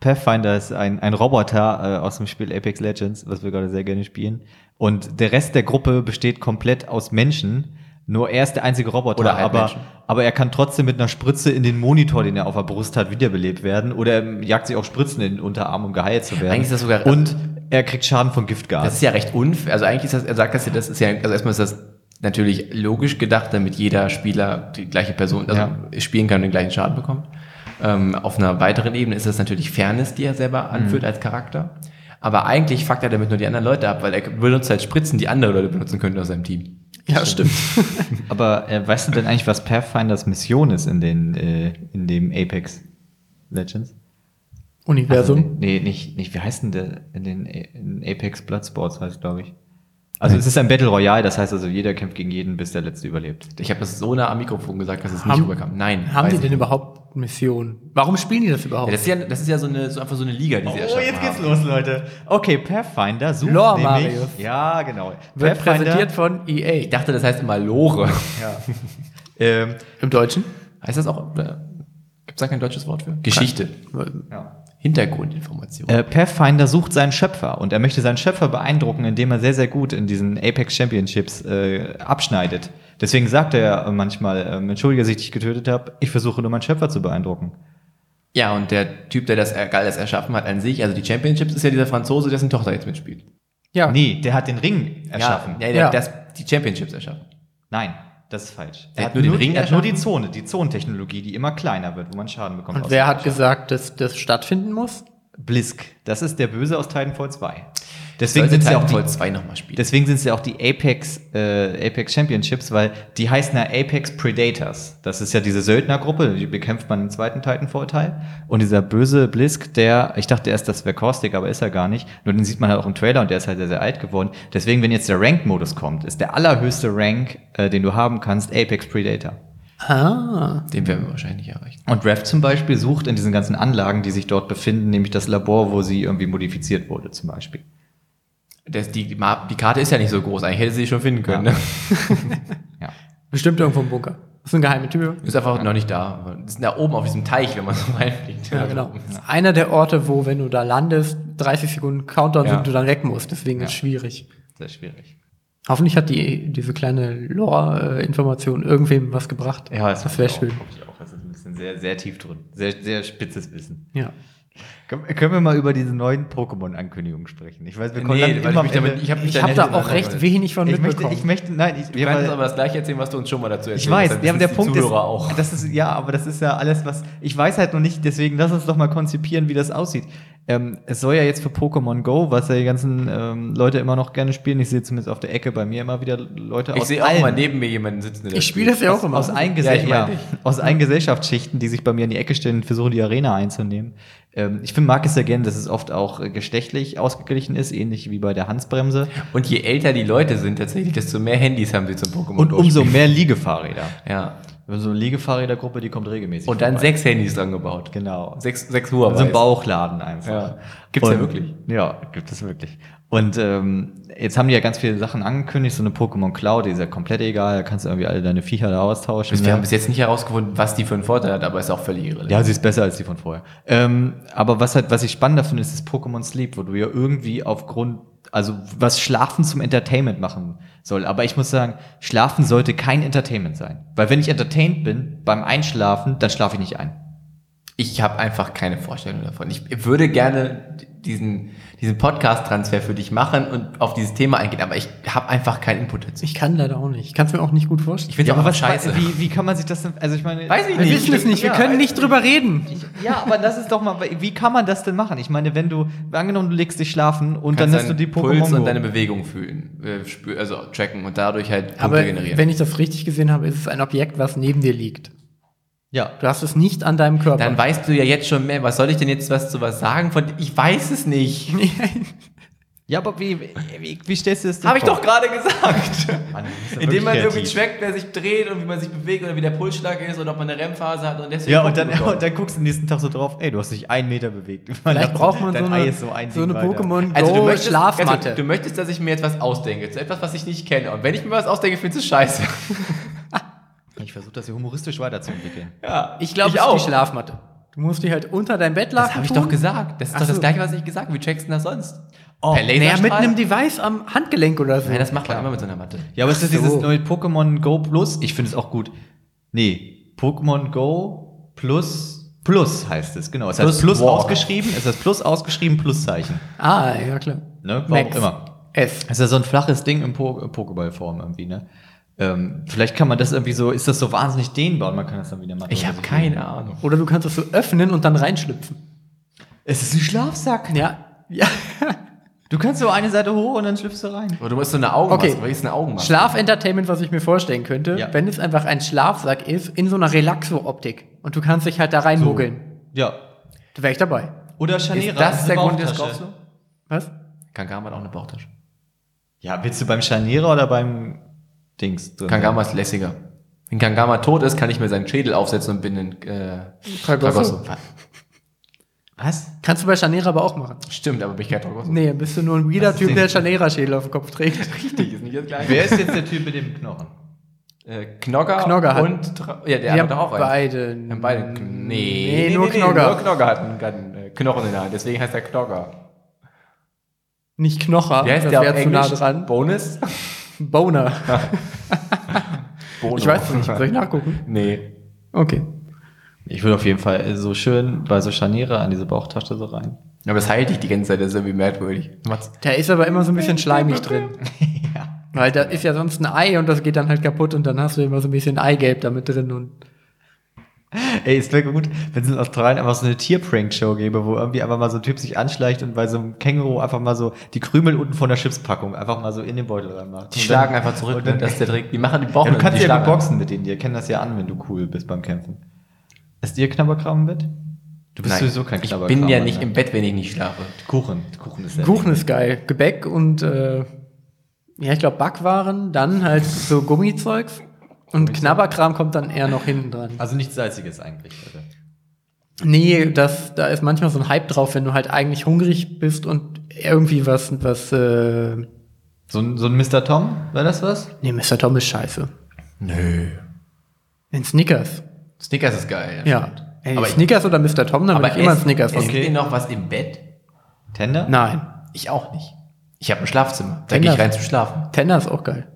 Pathfinder ist ein, ein Roboter äh, aus dem Spiel Apex Legends, was wir gerade sehr gerne spielen. Und der Rest der Gruppe besteht komplett aus Menschen. Nur er ist der einzige Roboter, Oder halt aber, Halbmenschen. aber er kann trotzdem mit einer Spritze in den Monitor, den er auf der Brust hat, wiederbelebt werden. Oder er jagt sich auch Spritzen in den Unterarm, um geheilt zu werden. Eigentlich ist das sogar- Und er kriegt Schaden von Giftgas. Das ist ja recht unfair. Also eigentlich ist das, er sagt das ja, das ist ja, also erstmal ist das natürlich logisch gedacht, damit jeder Spieler die gleiche Person also Ja. spielen kann und den gleichen Schaden bekommt. Ähm, auf einer weiteren Ebene ist das natürlich Fairness, die er Mhm. selber anführt als Charakter. Aber eigentlich fuckt er damit nur die anderen Leute ab, weil er benutzt halt Spritzen, die andere Leute benutzen könnten aus seinem Team. Ja, stimmt. Aber äh, weißt du denn eigentlich, was Pathfinders Mission ist in, den, äh, in dem Apex Legends? Universum. Also, Nee, nicht, nicht, wie heißt denn der in den A- in Apex Bloodsports heißt, glaube ich. Also es ist ein Battle Royale, das heißt also jeder kämpft gegen jeden, bis der letzte überlebt. Ich habe das so nah am Mikrofon gesagt, dass es nicht Haben- rüberkam. Nein. Haben weiß die ich denn nicht. überhaupt Missionen? Warum spielen die das Ja, überhaupt? das, ist ja, das ist ja so eine, so einfach so eine Liga, die Oh, sie erschaffen haben. Oh, los, Leute. Okay, Pathfinder sucht Lore nämlich... Marius. Ja, genau. Wird präsentiert von E EA. Ich dachte, das heißt immer Lore. ähm, Im Deutschen? Heißt das auch? Äh, Gibt es da kein deutsches Wort für? Geschichte. ja. Hintergrundinformation. äh, Pathfinder sucht seinen Schöpfer und er möchte seinen Schöpfer beeindrucken, indem er sehr, sehr gut in diesen Apex Championships äh, abschneidet. Deswegen sagt er manchmal, ähm, entschuldige, dass ich dich getötet habe, ich versuche nur meinen Schöpfer zu beeindrucken. Ja, und der Typ, der das er- alles erschaffen hat an sich, also die Championships, ist ja dieser Franzose, dessen Tochter jetzt mitspielt. Ja. Nee, der hat den Ring erschaffen. Ja, ja, der Ja. hat das, die Championships erschaffen. Nein, das ist falsch. Er hat nur den Ring er hat nur die erschaffen? Zone, die Zonentechnologie, die immer kleiner wird, wo man Schaden bekommt. Und aus- wer hat gesagt, dass das stattfinden muss? Blisk. Das ist der Böse aus Titanfall 2. Deswegen Sollte sind sie auch Titanfall die, 2 nochmal spielen. deswegen sind sie auch die Apex, äh, Apex Championships, weil die heißen ja Apex Predators. Das ist ja diese Söldnergruppe, die bekämpft man im zweiten Titanfall-Teil. Und dieser böse Blisk, der, ich dachte erst, das wäre Caustic, aber ist er gar nicht. Nur den sieht man halt auch im Trailer und der ist halt sehr, sehr alt geworden. Deswegen, wenn jetzt der Ranked-Modus kommt, ist der allerhöchste Rank, äh, den du haben kannst, Apex Predator. Ah. Den werden wir wahrscheinlich erreichen. Und Rev zum Beispiel sucht in diesen ganzen Anlagen, die sich dort befinden, nämlich das Labor, wo sie irgendwie modifiziert wurde, zum Beispiel. Das, die, die Ma- die Karte ist ja nicht so groß, eigentlich hätte sie schon finden können. Ja. Ne? Ja. Bestimmt irgendwo im Bunker. Das ist eine geheime Tür. Ist einfach noch nicht da. aber Die sind da oben auf diesem Teich, wenn man so reinfliegt. Ja, genau. Das ist einer der Orte, wo, wenn du da landest, 30 Sekunden Countdown Ja. sind, du dann weg musst. Deswegen ist Ja. es schwierig. Sehr schwierig. Hoffentlich hat die, diese kleine Lore-Information irgendwem was gebracht. das wäre schön. Auch, ich auch. Das ist ein bisschen sehr, sehr tief drin. Sehr, sehr spitzes Wissen. Ja. Können, können wir mal über diese neuen Pokémon-Ankündigungen sprechen? Ich weiß, wir kommen Nee, dann weil immer ich am mich damit, Ende- ich habe mich Ich habe nicht da so auch recht damit- wenig von ich möchte, mitbekommen. ich möchte, nein, ich, Du kannst uns aber das gleiche erzählen, was du uns schon mal dazu erzählt Ich weiß, hast. ja, halt aber der Punkt ist, Zuhörer auch. das ist, ja, aber das ist ja alles, was, ich weiß halt noch nicht, deswegen lass uns doch mal konzipieren, wie das aussieht. Ähm, es soll ja jetzt für Pokémon Go, was ja die ganzen ähm, Leute immer noch gerne spielen, ich sehe zumindest auf der Ecke bei mir immer wieder Leute Ich aus sehe auch allen, mal neben mir jemanden sitzen. der Ich spiele das ja auch immer. aus, allen Ja, ich Gesell ja, meine dich. aus allen Gesellschaftsschichten, die sich bei mir in die Ecke stellen und versuchen, die Arena einzunehmen. Ähm, ich finde, mag es ja gerne, dass es oft auch äh, geschlechtlich ausgeglichen ist, ähnlich wie bei der Hansbremse. Und je älter die Leute sind tatsächlich, desto mehr Handys haben sie zum Pokémon. Und Go umso spielen. mehr Liegefahrräder. Ja. So eine Liegefahrrädergruppe, die kommt regelmäßig. Und dann vorbei. sechs Handys dran gebaut. Genau. Sechs, sechs Huawei. So ein Bauchladen einfach. Ja. Gibt's ja Und- wirklich. Ja, gibt es wirklich. Und ähm, jetzt haben die ja ganz viele Sachen angekündigt, so eine Pokémon Cloud, die ist ja komplett egal, da kannst du irgendwie alle deine Viecher da austauschen. Wir haben ne? bis jetzt nicht herausgefunden, was die für einen Vorteil hat, aber ist auch völlig irrelevant. ja, sie ist besser als die von vorher. Ähm, aber was halt, was ich spannender finde, ist das Pokémon Sleep, wo du ja irgendwie aufgrund, also was Schlafen zum Entertainment machen soll. Aber ich muss sagen, Schlafen sollte kein Entertainment sein. Weil wenn ich entertained bin beim Einschlafen, dann schlafe ich nicht ein. Ich habe einfach keine Vorstellung davon. Ich würde gerne diesen, diesen Podcast-Transfer für dich machen und auf dieses Thema eingehen, aber ich habe einfach keinen Input dazu. Ich kann leider auch nicht. Ich kann es mir auch nicht gut vorstellen. finde aber Wie, wie kann man sich das denn, also ich meine, Weiß ich Wir nicht. wissen es nicht. Wir Ja, können nicht drüber reden. Ja, aber das ist doch mal, wie kann man das denn machen? Ich meine, wenn du, angenommen, du legst dich schlafen und dann hast du die Puls Pokémon und Go. deine Bewegung fühlen, äh, spür- also tracken und dadurch halt Punkte Aber generieren. wenn ich das richtig gesehen habe, ist es ein Objekt, was neben dir liegt. Ja. Du hast es nicht an deinem Körper. Dann weißt du ja jetzt schon mehr. Was soll ich denn jetzt was zu was sagen? Von, ich weiß es nicht. Ja, aber wie, wie, wie stellst du das denn Habe ich vor? doch gerade gesagt. Mann, du bist ja Indem man wirklich irgendwie kreativ. trackt, wer sich dreht und wie man sich bewegt oder wie der Pulsschlag ist oder ob man eine REM-Phase hat und deswegen. Ja, und dann, Punkte bekommt. und dann guckst du den nächsten Tag so drauf, ey, du hast dich einen Meter bewegt. Vielleicht braucht man Dein so Ei eine, ist so, ein so Ding eine weiter. Pokémon Also du Go möchtest, Schlafmatte. Also, du möchtest, dass ich mir etwas ausdenke, zu etwas, was ich nicht kenne. Und wenn ich mir was ausdenke, findest du scheiße. Ich versuche das hier humoristisch weiterzuentwickeln. Ja, ich glaube, ich es ist auch. die Schlafmatte. Du musst die halt unter dein Bett lassen. Das habe ich doch gesagt. Das ist Ach doch das so. Gleiche, was ich gesagt habe. Wie checkst du denn das sonst? Oh, Naja, mit einem Device am Handgelenk oder so. Nein, das macht man immer mit so einer Matte. Ja, aber es ist Ach so. dieses neue Pokémon Go Plus. Ich finde es auch gut. Nee, Pokémon Go Plus Plus heißt es, genau. Es Plus heißt Plus Walk. ausgeschrieben, es heißt Plus ausgeschrieben, Pluszeichen. ah, ja klar. Ne? Warum Max. immer. S. Es ist ja so ein flaches Ding in po Pokéballform irgendwie, ne? Ähm, vielleicht kann man das irgendwie so, ist das so wahnsinnig dehnbar und man kann das dann wieder machen. Ich habe keine Ahnung. Oder du kannst es so öffnen und dann reinschlüpfen. Es ist ein Schlafsack. Ja. Ja. Du kannst so eine Seite hoch und dann schlüpfst du rein. Aber du musst so eine Augenmaske. Okay. Okay. Weil ich eine Augenmaske. Schlaf-Entertainment, was ich mir vorstellen könnte, Ja. wenn es einfach ein Schlafsack ist, in so einer Relaxo-Optik. Und du kannst dich halt da reinmuggeln. Ja. Da wäre ich dabei. Oder Scharnierer. ist das der eine Grund, des Bauchtasche. kaufst du? Was? Kangama hat auch eine Bauchtasche. Ja, willst du beim Scharnierer oder beim Dings drin? Kangama ist lässiger. Wenn Kangama tot ist, kann ich mir seinen Schädel aufsetzen und bin in äh, Tragosso. Tragosso. Was? Kannst du bei Chanera aber auch machen. Stimmt, aber bin ich kein Tragosso. Nee, bist du nur ein weirder ist Typ, denn- der Chanera-Schädel auf dem Kopf trägt. Richtig, ist nicht das Gleiche. Wer ist jetzt der Typ mit dem Knochen? Äh, Knogger, Knogger hat- und Tra ja, der Wir hat doch auch einen. beide. Mm, Wir haben beide. Kn- Nee, nur Knogger. Nur Knogger hat einen, hat einen äh, Knochen in der Hand, deswegen heißt er Knogger. Nicht Knocher. Wie heißt das der auf wär zu nah Englisch? dran. Bonus? Boner. Bono. Ich weiß es nicht. Soll ich nachgucken? Nee. Okay. Ich würde auf jeden Fall äh, so schön bei so Scharnierer an diese Bauchtasche so rein. Aber das heilt dich die ganze Zeit, das ist irgendwie merkwürdig. Mats. Der ist aber immer so ein bisschen schleimig drin. ja. Weil da ist ja sonst ein Ei und das geht dann halt kaputt und dann hast du immer so ein bisschen Eigelb damit drin und Ey, es wäre gut, wenn es in Australien einfach so eine Tier-Prank-Show gäbe, wo irgendwie einfach mal so ein Typ sich anschleicht und bei so einem Känguru einfach mal so die Krümel unten von der Chipspackung einfach mal so in den Beutel reinmacht. Die Und schlagen dann- einfach zurück, Und dann, ne? das ist der Trick. Die machen die Bauch ja, du kannst die ja immer schlagen. boxen mit denen, die erkennen das ja an, wenn du cool bist beim Kämpfen. Ist dir Knabberkram im Bett? Du bist Nein, sowieso kein Ich Knabberkram. bin ja nicht im Bett, wenn ich nicht schlafe. Kuchen. Kuchen ist ja Kuchen ist geil. Gebäck und äh, ja, ich glaube Backwaren, dann halt so Gummizeugs und Knabberkram kommt dann eher noch hinten dran. Also nichts Salziges eigentlich. Leute. Nee, das, da ist manchmal so ein Hype drauf, wenn du halt eigentlich hungrig bist und irgendwie was, was, äh, So ein, so ein Mr. Tom, war das was? nee, Mr. Tom ist scheiße. Nö. In Snickers. Snickers ist geil. Ja. Ey, Aber ich- Snickers oder Mr. Tom, dann würde Aber ich immer immer einen Snickers Snickers nehmen. Essen okay. noch was im Bett? Tender? Nein. Ich auch nicht. Ich habe ein Schlafzimmer. Da Wenn gehe ich das- rein zum Schlafen. Tender ist auch geil.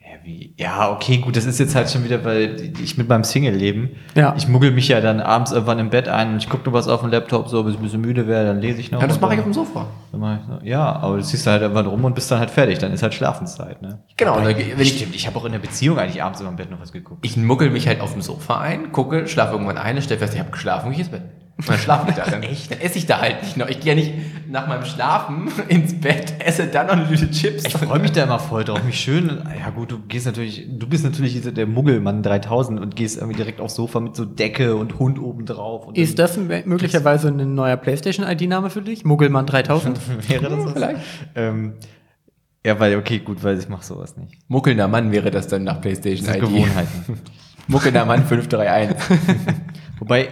Ja, wie? ja, okay, gut, das ist jetzt halt schon wieder, weil ich mit meinem Single-Leben, Ja. ich muggel mich ja dann abends irgendwann im Bett ein und ich gucke nur was auf dem Laptop, so, bis ich ein bisschen müde wäre, dann lese ich noch. Ja, das und mache ich auf dann- dem Sofa. dann mach ich so. Ja, aber du ziehst halt irgendwann rum und bist dann halt fertig, dann ist halt Schlafenszeit, ne? Genau. und dann geh- Wenn ich, Stimmt, ich habe auch in der Beziehung eigentlich abends immer im Bett noch was geguckt. ich muckel mich halt auf dem Sofa ein, gucke, schlafe irgendwann ein, stelle fest, ich habe geschlafen, gehe ins Bett. Und dann schlafe ich da. Dann, Echt? dann esse ich da halt nicht noch. Ich gehe ja nicht nach meinem Schlafen ins Bett, esse dann noch eine Tüte Chips. Ich freue mich da immer voll drauf, mich schön. Ja gut, du gehst natürlich, du bist natürlich dieser- der Muggelmann 3000 und gehst irgendwie direkt aufs Sofa mit so Decke und Hund oben drauf. Und Ist das m- möglicherweise ein neuer PlayStation-ID-Name für dich? Muggelmann 3000? wäre das was? vielleicht. Ähm, ja, weil okay, gut, weil ich mache sowas nicht. Muckelnder Mann wäre das dann nach PlayStation Das sind Gewohnheiten. Muckelnder Mann 531. Wobei, äh,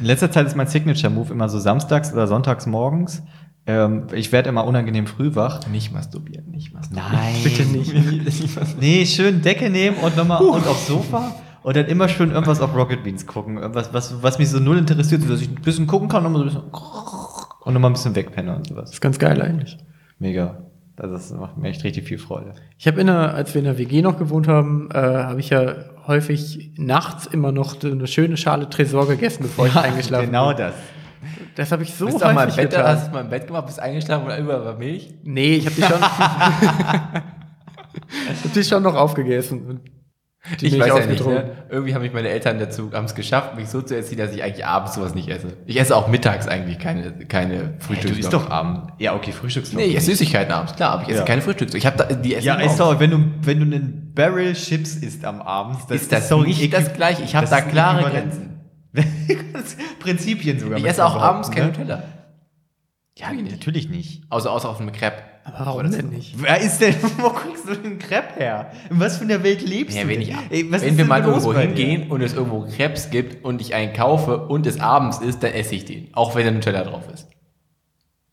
in letzter Zeit ist mein Signature-Move immer so samstags oder sonntags morgens. Ähm, ich werde immer unangenehm früh wach. nicht masturbieren, nicht masturbieren. Nein. Bitte nicht. Nee, schön Decke nehmen und nochmal und aufs Sofa und dann immer schön irgendwas auf Rocket Beans gucken. Irgendwas, was, was mich so null interessiert, sodass ich ein bisschen gucken kann und nochmal so ein bisschen und nochmal ein bisschen wegpenne und sowas. ist ganz geil eigentlich. Mega. Also das macht mir echt richtig viel Freude. Ich habe in der, als wir in der WG noch gewohnt haben, äh, habe ich ja häufig nachts immer noch so eine schöne Schale Tresor gegessen, bevor ich eingeschlafen Genau bin. das. Das habe ich so Bist du auch mal im häufig Bett, getan. hast du mal im Bett gemacht, bist eingeschlafen und über war Milch? Nee, ich habe die schon. hab die schon noch aufgegessen. und Die Milch ausgetrunken. ne? Irgendwie haben mich meine Eltern dazu, haben es geschafft, mich so zu erziehen, dass ich eigentlich abends sowas nicht esse. Ich esse auch mittags eigentlich keine, keine Hey, du Frühstücks. isst doch abend. Ja, okay, Frühstücks. Nee, ich esse Süßigkeiten abends, klar, aber ich esse Ja. keine Frühstücks. Ich hab da, die esse Ja, ich morgens. ist doch, wenn du, wenn du einen Barrel Chips isst am Abend, Ist das nicht das Gleiche? Ich hab das da ist klare äquivalent. Prinzipien sogar. Ich möchte esse auch behaupten, abends ne? keine Nutella. Ja, natürlich nicht. Außer, außer auf einem Crepe. Aber warum das- denn nicht? Wer ist denn, wo kriegst du den Crepe her? In was für einer Welt lebst Ja, du? wenn, denn? ich, Ey, was wenn ist wir denn mal los irgendwo bei dir? hingehen und es irgendwo Krebs gibt und ich einen kaufe und es abends ist, dann esse ich den. Auch wenn da Nutella drauf ist.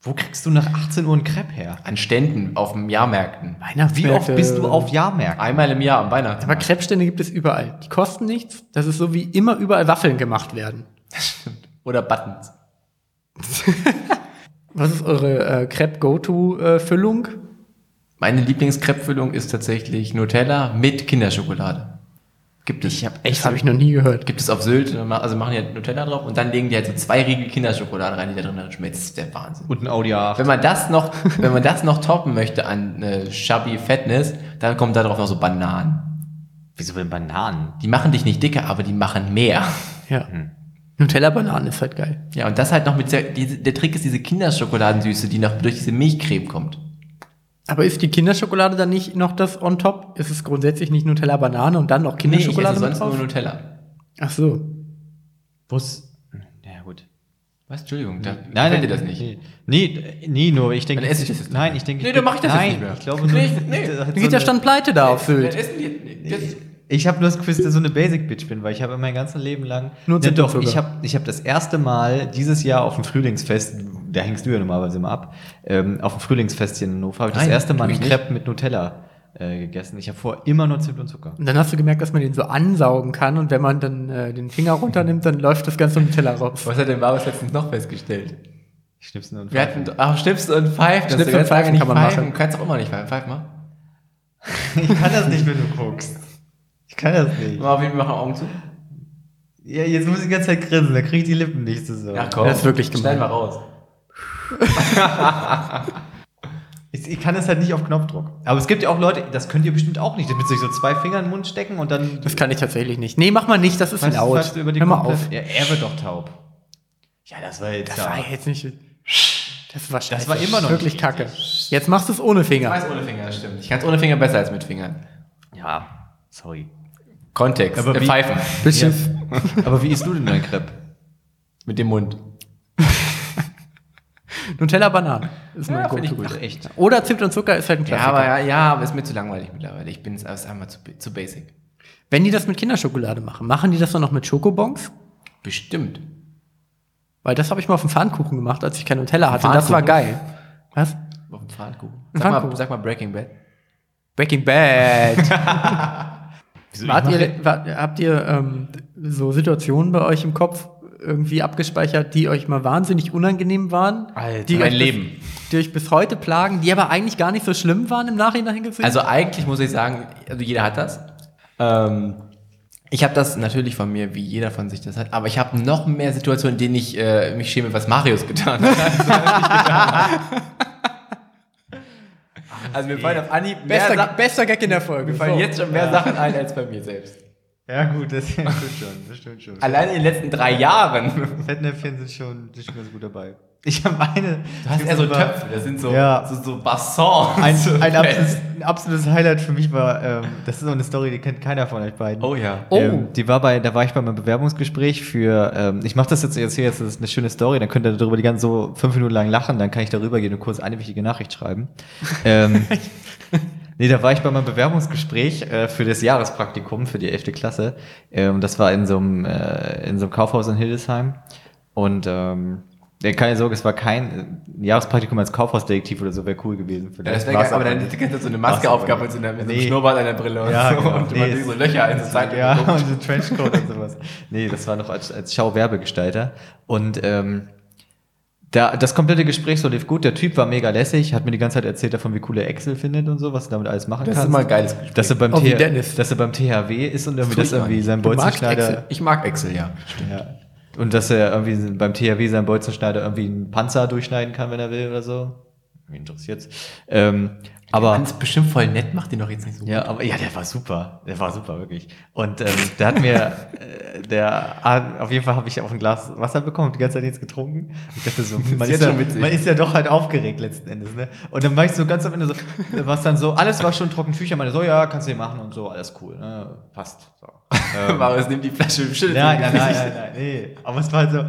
Wo kriegst du nach 18 Uhr einen Crepe her? An Ständen, auf dem Jahrmärkten. Wie oft bist Äh, du auf Jahrmärkten? Einmal im Jahr am Aber Weihnachten. Krebsstände gibt es überall. Die kosten nichts. Das ist so wie immer überall Waffeln gemacht werden. Oder Buttons. Was ist eure äh, Crepe-Go-To-Füllung? Meine Lieblingskreppfüllung ist tatsächlich Nutella mit Kinderschokolade. Gibt es. Das habe ich noch nie gehört. Gibt es auf Sylt, und ma- also machen die halt Nutella drauf und dann legen die halt so zwei Riegel Kinderschokolade rein, die da drin dann schmeckt. Das ist der Wahnsinn. Und ein Audi A8. Wenn man das noch, wenn man das noch toppen möchte an äh, Chubby Fatness, dann kommen da drauf noch so Bananen. Wieso denn Bananen? Die machen dich nicht dicker, aber die machen mehr. Ja. Hm. Nutella-Bananen ist halt geil. Ja, und das halt noch mit der, diese, der Trick ist diese Kinderschokoladen-Süße, die noch durch diese Milchcreme kommt. Aber ist die Kinderschokolade dann nicht noch das on top? Ist es grundsätzlich nicht Nutella-Banane und dann noch Kinderschokolade ich mit esse sonst nur drauf? Nutella. Ach so. Bus. Ja, gut. Was? Entschuldigung, da gefällt Nein, nein, dir das nicht. Nee, nee, nee, nur ich denke. Dann esse ich das jetzt Nein, ich denke. Nee, dann mach ich das jetzt nein, nicht mehr. Ich glaube nur. Nee, nee. das hat Wie geht so der eine- Stand pleite da auf Dann Sylt? essen die, das, Ich habe nur das Gefühl, dass ich so eine Basic Bitch bin, weil ich habe mein ganzes Leben lang Nur ja, doch. Zimtzucker. Ich habe ich habe das erste Mal dieses Jahr auf dem Frühlingsfest, da hängst du ja normalerweise immer ab, ähm, auf dem Frühlingsfest hier in Hannover, habe ich das Nein, erste Mal tu ich einen nicht. Crepe mit Nutella äh, gegessen. Ich habe vorher immer nur Zimt und Zucker. Und dann hast du gemerkt, dass man den so ansaugen kann und wenn man dann äh, den Finger runternimmt, dann läuft das ganze Nutella raus. was hat denn Barbes letztens noch festgestellt? Ich schnipp's nur und Wir hatten auch Schnips und Pfeifen. Schnips dass du ganz und lange Pfeifen nicht kann man pfeifen. machen. Du kannst auch immer nicht pfeifen. Pfeif mal. ich kann das nicht, wenn du guckst. Ich kann das nicht. Mal auf jeden Fall machen Augen zu. Ja, jetzt muss ich die ganze Zeit grinsen, da kriege ich die Lippen nicht zusammen. Das ist wirklich gemein. Schneid mal raus. Ich, ich kann es halt nicht auf Knopfdruck. Aber es gibt ja auch Leute, das könnt ihr bestimmt auch nicht, damit sich so zwei Finger in den Mund stecken und dann. Das kann ich tatsächlich nicht. Nee, mach mal nicht, das ist Weißt du, laut. weißt du, über die Hör mal komplett- auf. Ja, er wird doch taub. Ja, das war jetzt. Das war jetzt nicht. Das war scheiße. war immer noch wirklich nicht kacke. Jetzt machst du es ohne Ich Finger. weiß ohne Finger, das stimmt. Ich kann es ohne Finger besser als mit Fingern. ja, sorry. Kontext. Aber äh, wie- Pfeifen. Beschiss. Aber wie isst du denn dein Crepe? Mit dem Mund. Nutella Bananen ist mein Ja, find ich Go-To. gut. Ach, echt. Oder Zimt und Zucker ist halt ein Ja, Klassiker. aber ja, ja, aber ist mir zu langweilig mittlerweile. Ich bin es alles einmal zu, zu basic. Wenn die das mit Kinderschokolade machen, machen die das dann noch mit Schokobons? Bestimmt. Weil das habe ich mal auf dem Pfannkuchen gemacht, als ich kein Nutella hatte. Und Also das Pfannkuchen? war geil. Was? Auf dem Pfannkuchen. Ein Sag mal, Pfannkuchen. sag mal Breaking Bad. Breaking Bad. Wieso, ich Wart mach- ihr, wart, habt ihr ähm, so Situationen bei euch im Kopf irgendwie abgespeichert, die euch mal wahnsinnig unangenehm waren? Alter, die mein euch bis- Leben. Die euch bis heute plagen, die aber eigentlich gar nicht so schlimm waren im Nachhinein gesehen? Also eigentlich muss ich sagen, also jeder hat das. Ähm, ich habe das natürlich von mir, wie jeder von sich das hat, aber ich habe noch mehr Situationen, in denen ich äh, mich schäme, was Marius getan hat. als er nicht getan hat. Also mir fallen auf Anhieb mehr bester, Sachen, bester Gag in der Folge. mir fallen So. jetzt schon mehr Sachen ein als bei mir selbst. Ja, gut, das stimmt schon. Das stimmt schon. Allein in den letzten drei Jahren. Fettnäpfchen sind schon, sind schon ganz gut dabei. Ich habe eine. Du hast eher so Töpfe, das sind so, Ja. so, so Bassons. Ein, ein, absolutes, ein absolutes Highlight für mich war, ähm, das ist so eine Story, die kennt keiner von euch beiden. Oh ja. Oh. Ähm, die war bei, da war ich bei meinem Bewerbungsgespräch für, ähm, ich mache das jetzt, jetzt hier, jetzt das ist eine schöne Story, dann könnt ihr darüber die ganze so fünf Minuten lang lachen, dann kann ich darüber gehen und kurz eine wichtige Nachricht schreiben. ähm, nee, da war ich bei meinem Bewerbungsgespräch äh, für das Jahrespraktikum für die 11. Klasse. Ähm, das war in so einem, äh, in so einem Kaufhaus in Hildesheim. Und ähm, ja, keine Sorge, es war kein äh, Jahrespraktikum als Kaufhausdetektiv oder so, wäre cool gewesen. Ja, das Vielleicht wäre war's geil, aber auch dann nicht. die ganze Zeit so eine War's Maske aber aufgehabt nicht. mit so, einer, mit so einem Nee, Schnurrbart an der Brille und ja, so. genau. Und man Nee, nee, so es- Löcher in die Zeit. Ja, und so Trenchcoat und sowas. Nee, das war noch als, als Schau-Werbegestalter. Und ähm, da, das komplette Gespräch so lief gut. Der Typ war mega lässig, hat mir die ganze Zeit erzählt davon, wie cool er Excel findet und so, was du damit alles machen Das ist kannst. immer ein geiles Gespräch. Dass er beim, Auch wie Th Dennis. dass er beim THW ist und irgendwie, tue dass ich irgendwie nicht. sein Du magst Bolzenschneider... Excel. Ich mag Excel, ja. Ja. Und dass er irgendwie beim THW seinen Bolzenschneider irgendwie einen Panzer durchschneiden kann, wenn er will oder so. Mich interessiert's. Ähm, aber... Ganz bestimmt voll nett, macht den doch jetzt nicht so. Ja, aber ja, der war super. Der war super, wirklich. Und ähm, der hat mir, äh, der, ah, auf jeden Fall habe ich auch ein Glas Wasser bekommen, hab die ganze Zeit nichts getrunken. Ich dachte so, man jetzt ist, ja, schon witzig. man ist ja doch halt aufgeregt letzten Endes, ne? Und dann war ich so ganz am Ende so, was dann so, alles war schon trocken Tücher, meine so, ja, kannst du dir machen und so, alles cool, ne? Passt. So. Ähm, Marius nimmt die Flasche und schüttelt Nein, sie nein, im nein, Gesicht. nein, nein, nee. Aber es war so,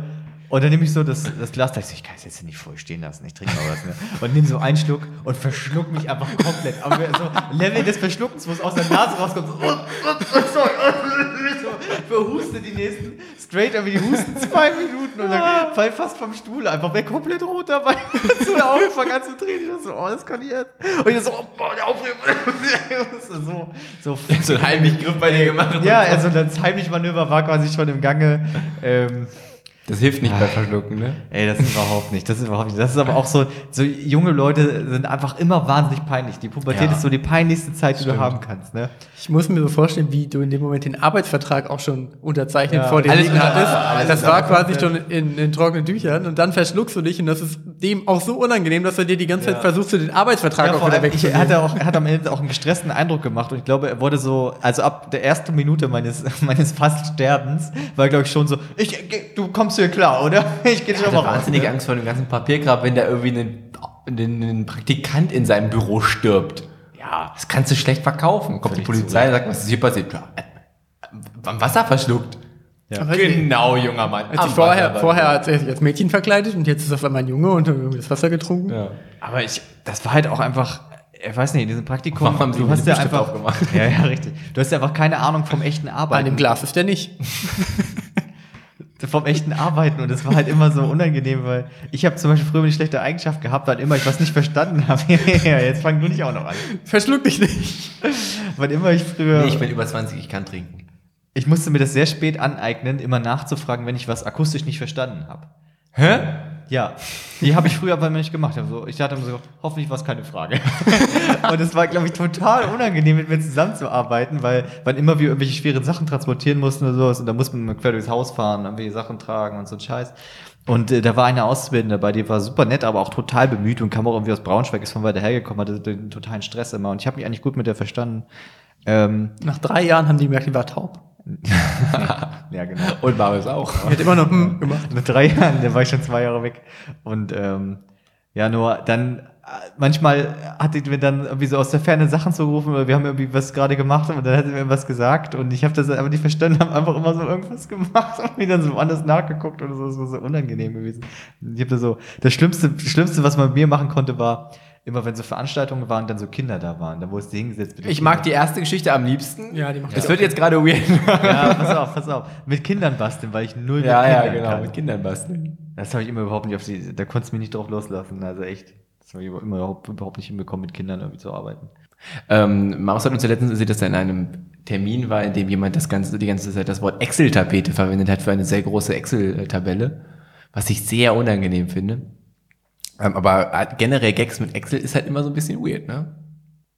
Und dann nehme ich so das, das Glas, da ich so, ich kann es jetzt hier nicht voll stehen lassen, ich trinke mal was. Ne? Und nehme so einen Schluck und verschluck mich einfach komplett. Aber so Level des Verschluckens, wo es aus der Nase rauskommt. So, oh, oh, oh, sorry, oh, so, verhuste die nächsten, straight aber die husten zwei Minuten und Ah. dann fall fast vom Stuhl einfach, wäre komplett rot dabei. so der Augen fangen an zu drehen. Ich dachte so, oh, das kann ich jetzt. Und ich so, oh, boah, der Aufregung. so, so, So einen Heimlichgriff bei dir gemacht. ja, also das Heimlichmanöver war quasi schon im Gange. Ähm, Das hilft nicht bei Verschlucken, ne? Ey, das ist überhaupt nicht. Das ist überhaupt nicht. Das ist aber auch so, so junge Leute sind einfach immer wahnsinnig peinlich. Die Pubertät Ja. ist so die peinlichste Zeit, die Stimmt. du haben kannst, ne? Ich muss mir so vorstellen, wie du in dem Moment den Arbeitsvertrag auch schon unterzeichnet Ja, vor dir alles liegen unter- hattest. alles das unter- war quasi schon in, in trockenen Tüchern und dann verschluckst du dich und das ist dem auch so unangenehm, dass du dir die ganze Ja. Zeit versuchst, du den Arbeitsvertrag Ja, auch vor wieder allem, ich, er wegzunehmen. hatte auch, er hat am Ende auch einen gestressten Eindruck gemacht und ich glaube, er wurde so, also ab der ersten Minute meines, meines fast Sterbens, war glaube ich schon so, ich, geh- du kommst hier klar, oder? Ich gehe schon Ich mal habe raus. wahnsinnige ne? Angst vor dem ganzen Papiergrab, wenn da irgendwie ein, ein, ein Praktikant in seinem Büro stirbt. Ja. Das kannst du schlecht verkaufen. Kommt die Völlig Polizei und sagt, was ist hier passiert? Ja, äh, am Wasser verschluckt. Ja. Aber Genau, junger Mann. Als ich am vorher, Wasser vorher hat er sich als Mädchen verkleidet und jetzt ist auf einmal ein Junge und hat irgendwie das Wasser getrunken. verschluckt. Aber ich, das war halt auch einfach, ich weiß nicht, in diesem Praktikum, Warum haben sie du den hast ja Stift einfach, aufgemacht? ja, ja, richtig. Du hast ja einfach keine Ahnung vom echten An dem Arbeiten. Glas ist der nicht. vom echten Arbeiten und es war halt immer so unangenehm, weil ich habe zum Beispiel früher eine schlechte Eigenschaft gehabt, wann immer ich was nicht verstanden habe. ja, jetzt fang du nicht auch noch an. Verschluck dich nicht. Wann immer ich früher, Nee, ich ich, bin über 20, ich kann trinken. musste mir das sehr spät aneignen, immer nachzufragen, wenn ich was akustisch nicht verstanden habe. Hä? Ja, die habe ich früher aber nicht gemacht. Also ich dachte immer so, hoffentlich war es keine Frage. und es war, glaube ich, total unangenehm, mit mir zusammenzuarbeiten, weil wann immer wir irgendwelche schweren Sachen transportieren mussten oder sowas, und da musste man quer durchs Haus fahren, irgendwelche Sachen tragen und so ein Scheiß. Und äh, da war eine Auszubildende dabei, die war super nett, aber auch total bemüht und kam auch irgendwie aus Braunschweig, ist von weiter hergekommen, hatte den totalen Stress immer. Und ich habe mich eigentlich gut mit der verstanden. Ähm, Nach drei Jahren haben die gemerkt, die war taub. ja, genau. Und Marius auch. Die hat immer noch hm gemacht. Mit drei Jahren, da war ich schon zwei Jahre weg. Und ähm, ja, nur dann, äh, manchmal hatte mir dann irgendwie so aus der Ferne Sachen zugerufen, oder wir haben irgendwie was gerade gemacht und dann hat er mir was gesagt und ich habe das aber nicht verstanden, habe einfach immer so irgendwas gemacht und mir dann so anders nachgeguckt oder so, das war so unangenehm gewesen. Ich habe da so, das Schlimmste, Schlimmste, was man mit mir machen konnte, war, immer wenn so Veranstaltungen waren, dann so Kinder da waren, da wurdest du hingesetzt. mit den Ich mag Kindern. die erste Geschichte am liebsten. Ja, die macht Das die wird jetzt gerade weird. Ja, pass auf, pass auf. Mit Kindern basteln, weil ich null Ja, mit ja, Kindern genau. kann. Mit Kindern basteln. Das habe ich immer überhaupt nicht auf die, da konntest du mich nicht drauf loslassen, also echt. Das habe ich immer überhaupt, überhaupt nicht hinbekommen, mit Kindern irgendwie zu arbeiten. Ähm, Maus hat uns ja letztens gesehen, dass er in einem Termin war, in dem jemand das ganze, die ganze Zeit das Wort Excel-Tapete verwendet hat für eine sehr große Excel-Tabelle, was ich sehr unangenehm finde. Ähm, aber generell Gags mit Excel ist halt immer so ein bisschen weird, ne?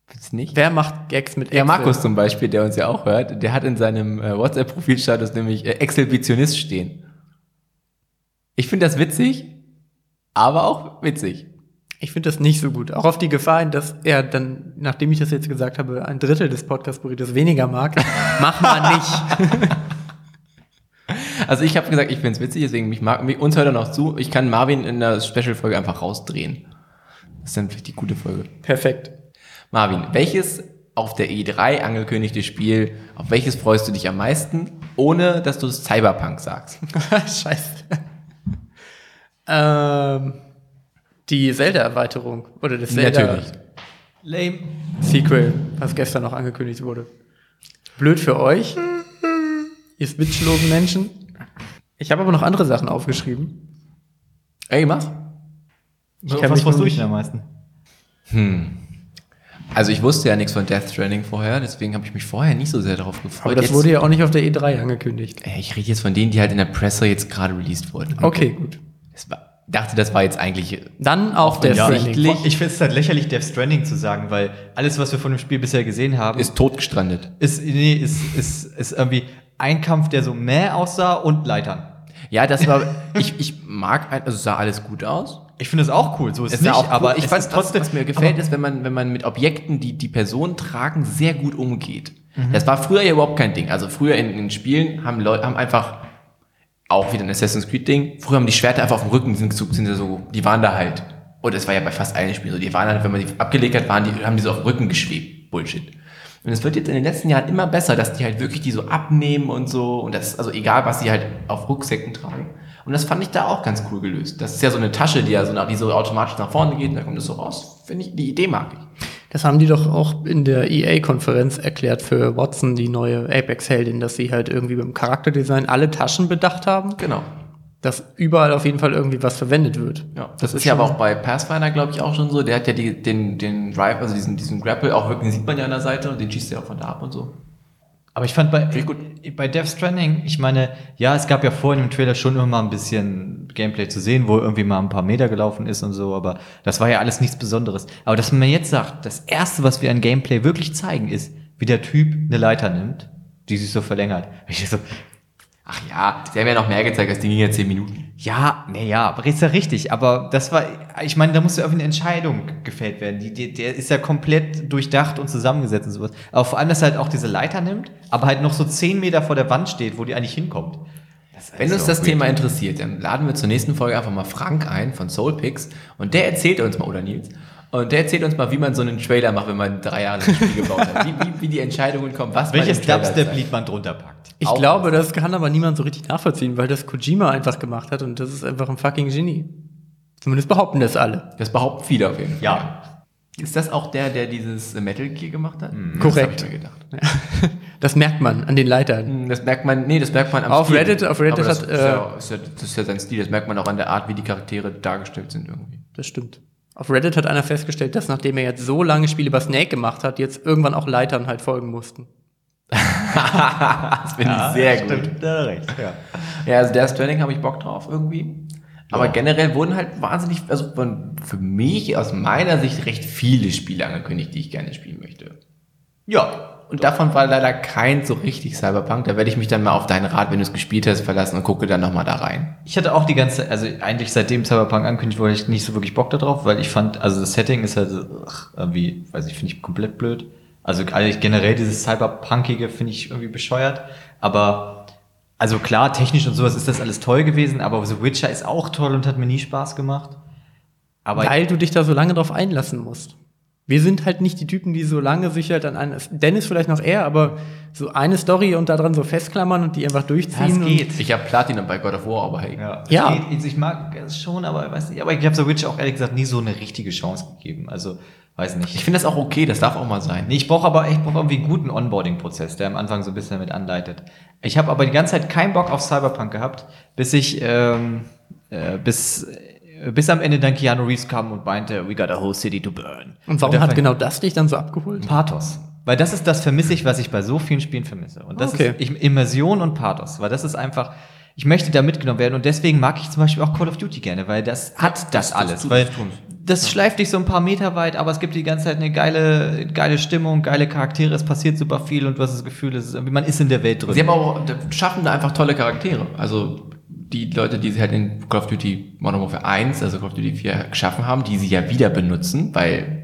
Findest du nicht? Wer macht Gags mit Ja, Excel? Markus zum Beispiel, der uns ja auch hört, der hat in seinem äh, WhatsApp-Profilstatus nämlich äh, Exhibitionist stehen. Ich finde das witzig, aber auch witzig. Ich finde das nicht so gut. Auch auf die Gefahr hin, dass er dann, nachdem ich das jetzt gesagt habe, ein Drittel des Podcast-Burritos weniger mag. Mach mal nicht. Also ich habe gesagt, ich finde es witzig, deswegen mich mag, mich, uns hört er noch zu. Ich kann Marvin in der Special-Folge einfach rausdrehen. Das ist dann vielleicht die gute Folge. Perfekt. Marvin, welches auf der E3 angekündigte Spiel, auf welches freust du dich am meisten, ohne dass du es Cyberpunk sagst? Scheiße. ähm, die Zelda-Erweiterung. Oder das Zelda-Sequel, Lame. was gestern noch angekündigt wurde. Blöd für euch. ihr switchlosen Menschen. Ich habe aber noch andere Sachen aufgeschrieben. Ey, mach. Ich kann was mich freust du nur dich nicht- denn am meisten? Also ich wusste ja nichts von Death Stranding vorher, deswegen habe ich mich vorher nicht so sehr darauf gefreut. Aber das Jetzt- wurde ja auch nicht auf der E3 angekündigt. Äh, Ich rede jetzt von denen, die halt in der Presse jetzt gerade released wurden. Okay, gut. Es war, dachte, das war jetzt eigentlich. äh, Dann auf der Ja, Stranding. Sichtlich- Ich finde es halt lächerlich, Death Stranding zu sagen, weil alles, was wir von dem Spiel bisher gesehen haben, Ist totgestrandet. ist, nee, ist, ist, ist irgendwie ein Kampf, der so mäh aussah und Leitern. Ja, das war. ich, ich mag, ein- also sah alles gut aus. Ich finde es auch cool, so ist es sah nicht, cool- aber ich es fand ist trotzdem. Was, was mir gefällt, ist, wenn man, wenn man mit Objekten, die die Personen tragen, sehr gut umgeht. Das war früher ja überhaupt kein Ding. Also früher in den Spielen haben Leute haben einfach auch wieder ein Assassin's Creed Ding. Früher haben die Schwerter einfach auf dem Rücken sind, sind sie so, die waren da halt. Und es war ja bei fast allen Spielen so, die waren halt, wenn man die abgelegt hat, waren die, haben die so auf dem Rücken geschwebt. Bullshit. Und es wird jetzt in den letzten Jahren immer besser, dass die halt wirklich die so abnehmen und so. Und das ist also egal, was sie halt auf Rucksäcken tragen. Und das fand ich da auch ganz cool gelöst. Das ist ja so eine Tasche, die ja so, nach, die so automatisch nach vorne geht, und da kommt es so raus. Finde ich, die Idee mag ich. Das haben die doch auch in der EA-Konferenz erklärt für Watson, die neue Apex-Heldin, dass sie halt irgendwie beim Charakterdesign alle Taschen bedacht haben, Genau. dass überall auf jeden Fall irgendwie was verwendet wird. Ja, das, ist ja aber auch bei Pathfinder, glaube ich, auch schon so. Der hat ja die, den, den Drive, also diesen, diesen Grapple, auch wirklich den sieht man ja an der Seite und den schießt er auch von da ab und so. Aber ich fand bei, äh, ich gut. bei Death Stranding, ich meine, ja, es gab ja vorhin im Trailer schon immer mal ein bisschen Gameplay zu sehen, wo irgendwie mal ein paar Meter gelaufen ist und so, aber das war ja alles nichts Besonderes. Aber dass man mir jetzt sagt, das erste, was wir an Gameplay wirklich zeigen, ist, wie der Typ eine Leiter nimmt, die sich so verlängert. Ich so, Ach ja, sie haben ja noch mehr gezeigt, das Ding ging ja 10 Minuten. ja, naja, aber ist ja richtig, aber das war, ich meine, da muss ja irgendwie eine Entscheidung gefällt werden. Die, die, der ist ja komplett durchdacht und zusammengesetzt und sowas. Aber vor allem, dass er halt auch diese Leiter nimmt, aber halt noch so zehn Meter vor der Wand steht, wo die eigentlich hinkommt. Das ist Wenn so uns das weird. Thema interessiert, dann laden wir zur nächsten Folge einfach mal Frank ein von Soulpix und der erzählt uns mal, oder Nils, und der erzählt uns mal, wie man so einen Trailer macht, wenn man drei Jahre das Spiel gebaut hat. Wie, wie, wie die Entscheidungen kommen, was Welches man im Trailer zeigt. Dubstep-Lied man drunter packt. Ich Auch glaube, das kann aber niemand so richtig nachvollziehen, weil das Kojima einfach gemacht hat und das ist einfach ein fucking Genie. Zumindest behaupten das alle. Das behaupten viele auf jeden Fall. Ja. Ist das auch der, der dieses Metal Gear gemacht hat? Das Korrekt. hab ich mir gedacht. Das merkt man an den Leitern. Hm, Das merkt man, nee, das merkt man am Auf Reddit- auf Reddit Aber das hat, äh, Ist ja, ist ja, das ist ja sein Stil, das merkt man auch an der Art, wie die Charaktere dargestellt sind irgendwie. Das stimmt. Auf Reddit hat einer festgestellt, dass nachdem er jetzt so lange Spiele über Snake gemacht hat, jetzt irgendwann auch Leitern halt folgen mussten. Das finde ich sehr gut. Stimmt, da hat er recht. Ja. Ja, also Death Stranding habe ich Bock drauf irgendwie. Aber Ja. generell wurden halt wahnsinnig, also von, für mich aus meiner Sicht recht viele Spiele angekündigt, die ich gerne spielen möchte. ja. Und davon war leider kein so richtig Cyberpunk. Da werde ich mich dann mal auf deinen Rat, wenn du es gespielt hast, verlassen und gucke dann nochmal da rein. Ich hatte auch die ganze, also eigentlich seitdem Cyberpunk angekündigt wurde, ich nicht so wirklich Bock darauf, weil ich fand, also das Setting ist halt so, ach, irgendwie, weiß ich, finde ich komplett blöd. Also eigentlich generell dieses Cyberpunkige finde ich irgendwie bescheuert. Aber, also klar, technisch und sowas ist das alles toll gewesen, aber The Witcher ist auch toll und hat mir nie Spaß gemacht. Aber Weil du dich da so lange drauf einlassen musst. Wir sind halt nicht die Typen, die so lange sich halt an eine, Dennis vielleicht noch eher, aber so eine Story und daran so festklammern und die einfach durchziehen. Das geht. Ich habe Platinum bei God of War, aber hey. Ja. Ja. Es Geht, Also ich mag es schon, aber weiß nicht. Aber ich habe The Witcher auch ehrlich gesagt nie so eine richtige Chance gegeben. Also, weiß nicht. Ich finde das auch okay, das darf auch mal sein. Nee, ich brauche aber ich brauch irgendwie einen guten Onboarding-Prozess, der am Anfang so ein bisschen mit anleitet. Ich habe aber die ganze Zeit keinen Bock auf Cyberpunk gehabt, bis ich ähm, äh, bis äh, bis am Ende dann Keanu Reeves kam und meinte, we got a whole city to burn. Und, und warum da hat fand- genau das dich dann so abgeholt? Pathos. Weil das ist das vermisse ich, was ich bei so vielen Spielen vermisse. Und das Okay. ist ich, Immersion und Pathos. Weil das ist einfach, ich möchte da mitgenommen werden. Und deswegen mag ich zum Beispiel auch Call of Duty gerne, weil das hat das, das alles. tut- weil das tut- das schleift dich so ein paar Meter weit, aber es gibt die ganze Zeit eine geile, geile Stimmung, geile Charaktere, es passiert super viel und du hast das Gefühl, es ist, irgendwie- man ist in der Welt drin. Sie haben auch, da schaffen da einfach tolle Charaktere. Also die Leute, die sie halt in Call of Duty Modern Warfare 1, also Call of Duty 4 geschaffen haben, die sie ja wieder benutzen, weil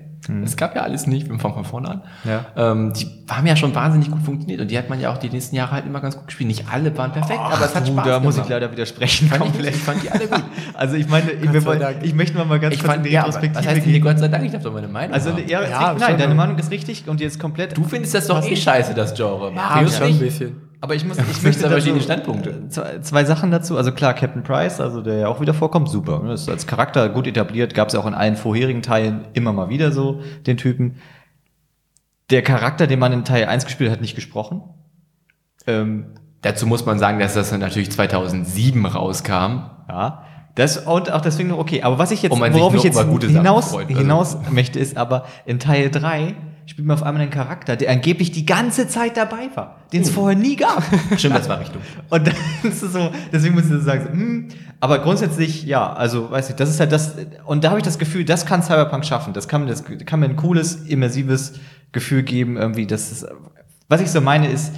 es gab ja alles nicht, wir fangen von vorne an. Mhm. Ja. Ähm, die haben ja schon wahnsinnig gut funktioniert und die hat man ja auch die nächsten Jahre halt immer ganz gut gespielt. Nicht alle waren perfekt, aber es hat du, Spaß da gemacht. muss ich leider widersprechen. Fand ich komplett. nicht, ich fand die alle gut. Also ich meine, ich, sei wollen- Dank. ich möchte mal, mal ganz ich fand, in die ja, aber Retrospektive was heißt denn hier gehen. Gott sei Dank? Ich darf doch meine Meinung Also haben. ja, Ja, nein, schon. deine Meinung ist richtig und die ist komplett. Du findest das doch eh scheiße, das Genre. Marius schon ein nicht? bisschen. Aber ich muss, ich möchte möchte da dazu, verschiedene Standpunkte. äh, Zwei, zwei Sachen dazu. Also klar, Captain Price, also der ja auch wieder vorkommt, super. ne? Ist als Charakter gut etabliert, gab es ja auch in allen vorherigen Teilen immer mal wieder so den Typen. Der Charakter, den man in Teil 1 gespielt hat, hat nicht gesprochen. Ähm, Dazu muss man sagen, dass das natürlich 2007 rauskam. ja. Das, und auch deswegen noch okay. Aber was ich jetzt, Und man Um sich worauf ich noch jetzt über gute Sachen hinaus, freut, also. hinaus möchte, ist aber in Teil 3 spielt man auf einmal einen Charakter, der angeblich die ganze Zeit dabei war, den Oh. es vorher nie gab. Stimmt, das war Richtung. Und dann ist es so, deswegen muss ich so sagen, so, hm, aber grundsätzlich, ja, also weiß ich, das ist halt das, und da habe ich das Gefühl, das kann Cyberpunk schaffen. Das kann, mir das kann mir ein cooles, immersives Gefühl geben, irgendwie, das ist, was ich so meine ist,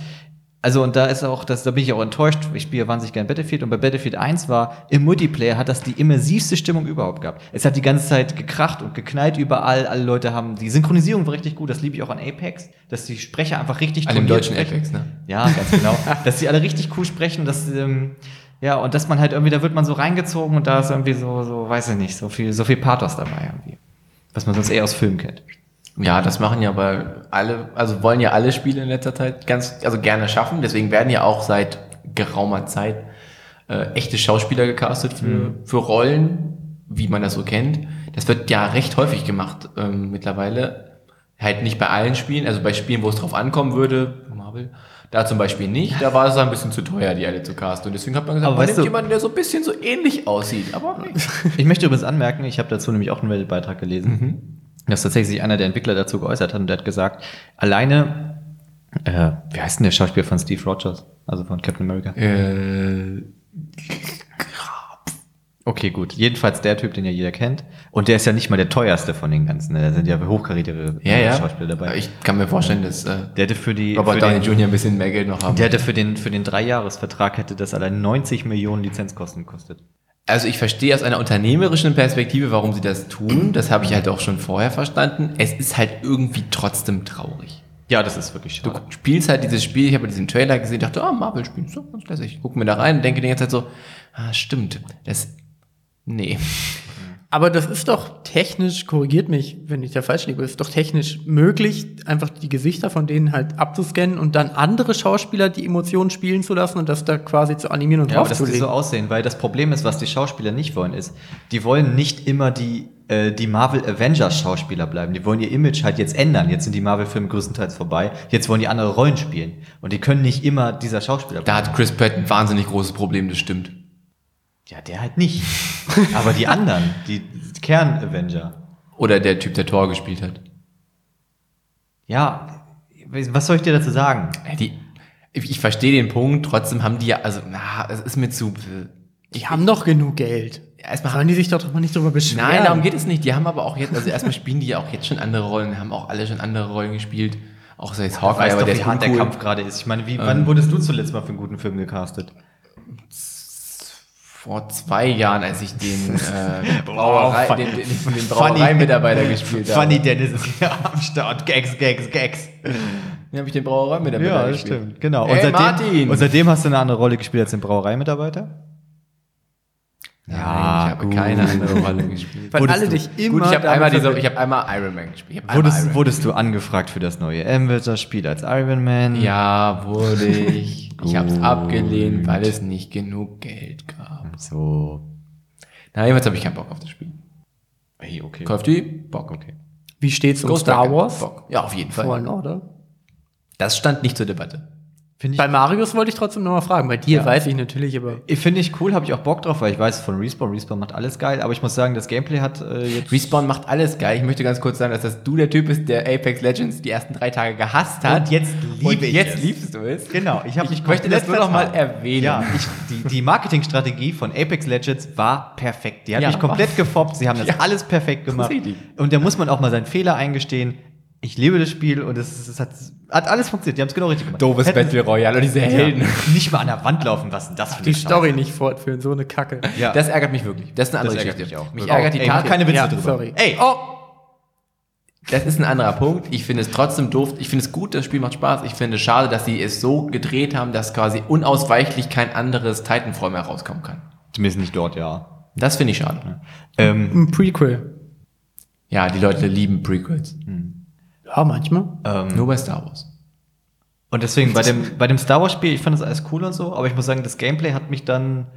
also und da ist auch, das, da bin ich auch enttäuscht, ich spiele wahnsinnig gern Battlefield und bei Battlefield 1 war, im Multiplayer hat das die immersivste Stimmung überhaupt gehabt. Es hat die ganze Zeit gekracht und geknallt überall, alle Leute haben, die Synchronisierung war richtig gut, das liebe ich auch an Apex, dass die Sprecher einfach richtig An dem toniert deutschen sprechen. Apex, ne? Ja, ganz genau. dass die alle richtig cool sprechen, dass ähm, ja und dass man halt irgendwie da wird man so reingezogen und da ist irgendwie so so weiß ich nicht so viel so viel Pathos dabei irgendwie, was man sonst eher aus Filmen kennt. Ja, das machen ja bei alle, also wollen ja alle Spiele in letzter Zeit ganz, also gerne schaffen. Deswegen werden ja auch seit geraumer Zeit äh, echte Schauspieler gecastet für, Mhm. für Rollen, wie man das so kennt. Das wird ja recht häufig gemacht ähm, mittlerweile. Halt nicht bei allen Spielen, also bei Spielen, wo es drauf ankommen würde, Marvel, da zum Beispiel nicht. Da war es ein bisschen zu teuer, die alle zu casten. Und deswegen hat man gesagt, Aber man weißt nimmt du- jemanden, der so ein bisschen so ähnlich aussieht. Aber hey. Ich möchte übrigens anmerken, ich habe dazu nämlich auch einen Reddit-Beitrag gelesen, dass tatsächlich einer der Entwickler dazu geäußert hat und der hat gesagt, alleine, äh, wie heißt denn der Schauspieler von Steve Rogers, also von Captain America? äh, Okay, gut. Jedenfalls der Typ, den ja jeder kennt. Und der ist ja nicht mal der teuerste von den ganzen. ne? Da sind ja hochkarätere ja, äh, ja. Schauspieler dabei. Ich kann mir vorstellen, dass äh, der hätte für die für Robert Downey den, Jr. ein bisschen mehr Geld noch haben. der hätte für den für den Dreijahresvertrag hätte das allein 90 Millionen Lizenzkosten gekostet. Also ich verstehe aus einer unternehmerischen Perspektive, warum sie das tun. Das habe ich halt auch schon vorher verstanden. Es ist halt irgendwie trotzdem traurig. Ja, das ist wirklich Du schade. spielst halt dieses Spiel, ich habe diesen Trailer gesehen, dachte, ah, Marvel spielen, so ganz lässig. Guck mir da rein und denke die ganze Zeit so, ah, stimmt, das, nee. Aber das ist doch technisch, korrigiert mich, wenn ich da falsch liege, ist doch technisch möglich, einfach die Gesichter von denen halt abzuscannen und dann andere Schauspieler die Emotionen spielen zu lassen und das da quasi zu animieren und Ja, aber dass die draufzulegen. so aussehen, weil das Problem ist, was die Schauspieler nicht wollen, ist, die wollen nicht immer die, äh, die Marvel Avengers Schauspieler bleiben. Die wollen ihr Image halt jetzt ändern. Jetzt sind die Marvel-Filme größtenteils vorbei. Jetzt wollen die andere Rollen spielen. Und die können nicht immer dieser Schauspieler Da hat Chris Pratt ein wahnsinnig großes Problem, das stimmt. Ja, der halt nicht. aber die anderen, die Kern-Avenger. Oder der Typ, der Tor gespielt hat. Ja, was soll ich dir dazu sagen? Äh, Die, ich, ich verstehe den Punkt, trotzdem haben die ja, also, na, es ist mir zu, äh, die haben doch genug Geld. erstmal Sollen die sich doch doch mal nicht drüber beschweren? Nein, darum geht es nicht. Die haben aber auch jetzt, also erstmal spielen die ja auch jetzt schon andere Rollen, haben auch alle schon andere Rollen gespielt. Auch sei es Hawkeye, Weißt aber der doch, wie Ähm. ist hart der uncool. Kampf gerade ist. Ich meine, wie, wann wurdest du zuletzt mal für einen guten Film gecastet? Vor zwei Jahren, als ich den, äh, Wow, Brauerei, fun- den, den, den funny. Brauereimitarbeiter gespielt habe. Funny Dennis ist hier am Start. Gags, Gags, Gags. Den habe ich den Brauereimitarbeiter Ja, gespielt. stimmt. Genau. Ey, Martin! und seitdem hast du eine andere Rolle gespielt als den Brauereimitarbeiter? Nein, ich habe keine andere Rolle gespielt. Weil Wurdest alle du- dich immer Gut, ich habe damit einmal, diese- verbinden. ich hab einmal Iron Man gespielt. Ich hab einmal Iron Wurdest, Man. wurdest du angefragt für das neue Avengers-Spiel als Iron Man? Ja, wurde ich. Ich habe es Gut. abgelehnt, weil es nicht genug Geld gab. So. Nein, jetzt habe ich keinen Bock auf das Spiel. Hey, okay. Call of Duty? Bock, okay. Wie steht's um Ghost Star Recon. Wars? Bock. Ja, auf jeden Fall. Fallen Order. Das stand nicht zur Debatte. Finde Bei Marius wollte ich trotzdem nochmal fragen. Bei dir weiß ich natürlich, aber ich, find ich cool, habe ich auch Bock drauf, weil ich weiß von Respawn, Respawn macht alles geil, aber ich muss sagen, das Gameplay hat äh, jetzt... Respawn macht alles geil. Ich möchte ganz kurz sagen, dass das du der Typ bist, der Apex Legends die ersten drei Tage gehasst hat. Und jetzt lieb Und ich jetzt es. liebst du es. Genau, ich habe mich Ich möchte das komplett nur noch mal vertan. erwähnen. Ja, ich, die, die Marketingstrategie von Apex Legends war perfekt. Die hat Ja. Oh. mich komplett gefoppt. Sie haben das Ja. alles perfekt gemacht. richtig. Und da muss man auch mal seinen Fehler eingestehen. Ich liebe das Spiel und es, es, es hat, hat alles funktioniert. Die haben es genau richtig gemacht. Doofes Hätten- Battle Royale und diese Helden. Ja, nicht mal an der Wand laufen lassen. Das die finde ich Story nicht fortführen, so eine Kacke. Ja. Das ärgert mich wirklich. Das ist eine Das andere ärgert Geschichte. mich auch. Mich Wirklich. ärgert die Ey, mach Karte. keine Witze Ja, drüber. sorry. Ey, oh! Das ist ein anderer Punkt. Ich finde es trotzdem doof. Ich finde es gut, das Spiel macht Spaß. Ich finde es schade, dass sie es so gedreht haben, dass quasi unausweichlich kein anderes Titanfall mehr rauskommen kann. Zumindest nicht dort, ja. Das finde ich schade. Ähm, Ein Prequel. Ja, die Leute lieben Prequels. Ja, manchmal. ähm, Nur bei Star Wars. Und deswegen, bei dem, bei dem Star Wars Spiel, ich fand das alles cool und so, aber ich muss sagen, das Gameplay hat mich dann,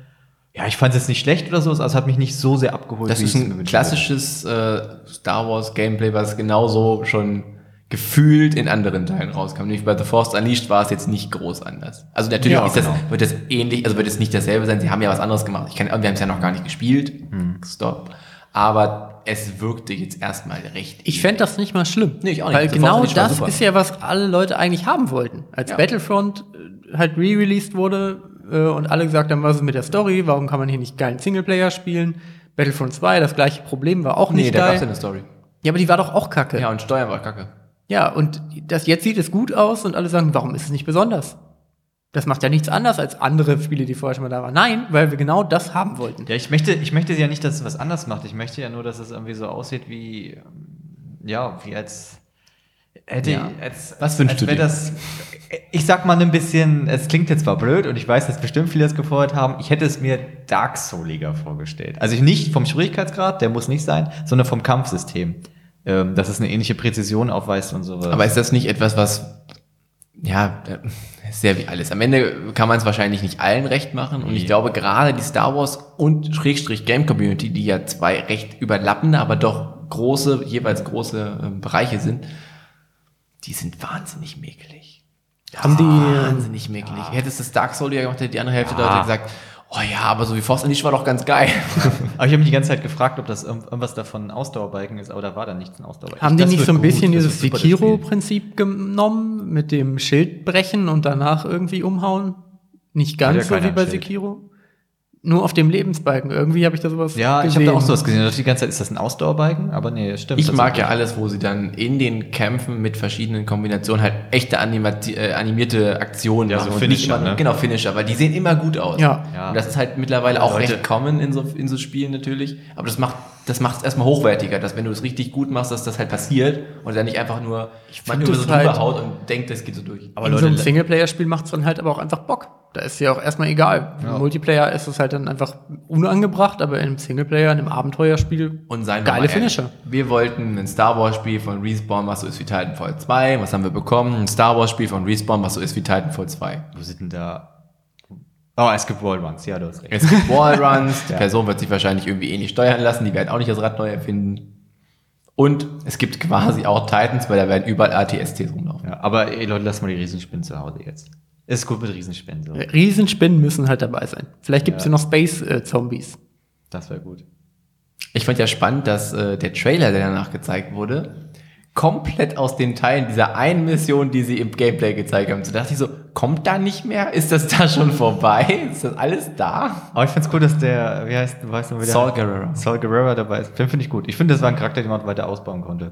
ja, ich fand es jetzt nicht schlecht oder so, also es hat mich nicht so sehr abgeholt. Das wie ist ich's mir ein wünschen klassisches äh, Star Wars Gameplay, was genauso schon gefühlt in anderen Teilen rauskam. Nämlich bei The Force Unleashed war es jetzt nicht groß anders. Also natürlich Ja, ist das, genau. wird das ähnlich, also wird es nicht dasselbe sein. Sie haben ja was anderes gemacht. Ich kann, wir haben es ja noch gar nicht gespielt. Hm. Stop. Aber es wirkte jetzt erstmal recht. Ich fände das nicht mal schlimm. Nee, ich auch nicht. Weil Das genau war super. das ist ja, was alle Leute eigentlich haben wollten. Als Ja. Battlefront äh, halt re-released wurde äh, und alle gesagt haben, was ist mit der Story, warum kann man hier nicht geilen Singleplayer spielen? Battlefront 2, das gleiche Problem, war auch nee, nicht da gab geil. es ja eine Story. Ja, aber die war doch auch kacke. Ja, und Steuern war kacke. Ja, und das jetzt sieht es gut aus und alle sagen, warum ist es nicht besonders? Das macht ja nichts anders als andere Spiele, die vorher schon mal da waren. Nein, weil wir genau das haben wollten. würde. Ja, ich möchte, ich möchte ja nicht, dass es was anders macht. Ich möchte ja nur, dass es irgendwie so aussieht wie, ähm, ja, wie als, hätte, Ja. als, Was wünschst als du wär dir? Das, äh, ich sag mal ein bisschen, es klingt jetzt zwar blöd und ich weiß, dass bestimmt viele das gefordert haben. Ich hätte es mir Dark Souliger vorgestellt. Also nicht vom Schwierigkeitsgrad, der muss nicht sein, sondern vom Kampfsystem. Ähm, dass es eine ähnliche Präzision aufweist und so. Aber ist das nicht etwas, was, ja, äh, sehr wie alles. Am Ende kann man es wahrscheinlich nicht allen recht machen. Und ich glaube, gerade die Star Wars und Schrägstrich Game Community, die ja zwei recht überlappende, aber doch große, jeweils große ähm, Bereiche sind, die sind wahnsinnig mäkelig. Haben die- Wahnsinnig mäkelig. Hättest du das Dark Soul ja gemacht, hätte die andere Hälfte da gesagt, oh ja, aber so wie Force Unleashed war doch ganz geil. Aber ich habe mich die ganze Zeit gefragt, ob das irgend- irgendwas davon ein Ausdauerbalken ist, aber da war dann nichts ein Ausdauerbalken. Haben die Das nicht wird so ein gut, bisschen das dieses wird super, das Spiel. Sekiro-Prinzip genommen mit dem Schild brechen und danach irgendwie umhauen? Nicht Hat ja ganz so keiner wie ein bei Schild. Sekiro. Nur auf dem Lebensbalken. Irgendwie habe ich da sowas Ja, ich habe da auch sowas gesehen. Ich dachte die ganze Zeit, ist das ein Ausdauerbalken? Aber nee, stimmt. Ich das mag ist- ja alles, wo sie dann in den Kämpfen mit verschiedenen Kombinationen halt echte animati- äh, animierte Aktionen Ja, so machen. und nicht Finisher, immer, ne? Genau, Finisher, weil die sehen immer gut aus. Ja. Ja. Und das ist halt mittlerweile auch Leute. recht common in so, in so Spielen natürlich. Aber das macht das macht es erstmal hochwertiger, dass wenn du es richtig gut machst, dass das halt passiert und dann nicht einfach nur man find über das so halt- drüber haut und denkt, das geht so durch. Aber Aber in so einem Leute, Singleplayer-Spiel macht es dann halt aber auch einfach Bock. Da ist ja auch erstmal egal. Im Ja. Multiplayer ist es halt dann einfach unangebracht, aber in einem Singleplayer, in einem Abenteuerspiel. Und seien wir Geile mal ehrlich, Finisher. Wir wollten ein Star Wars Spiel von Respawn, was so ist wie Titanfall 2. Was haben wir bekommen? Ein Star Wars Spiel von Respawn, was so ist wie Titanfall 2. wo sind denn da? Oh, es gibt Wallruns. Ja, du hast recht. Es gibt Wallruns, die Ja. Person wird sich wahrscheinlich irgendwie ähnlich steuern lassen, die werden auch nicht das Rad neu erfinden. Und es gibt quasi auch Titans, weil da werden überall ATSTs rumlaufen. Ja, aber ey, Leute, lasst mal die Riesenspinnen zu Hause jetzt. Ist gut mit Riesenspinnen. So. Riesenspinnen müssen halt dabei sein. Vielleicht gibt es Ja. ja. noch äh, Space-Zombies. Das wäre gut. Ich fand ja spannend, dass äh, der Trailer, der danach gezeigt wurde, komplett aus den Teilen dieser einen Mission, die sie im Gameplay gezeigt haben. So dachte ich so, kommt da nicht mehr? Ist das da schon vorbei? Ist das alles da? Aber ich find's cool, dass der, wie heißt, weißt du, wie der Saul Guerrero. Saul Guerrero dabei ist. Den finde ich gut. Ich finde, das war ein Charakter, den man weiter ausbauen konnte.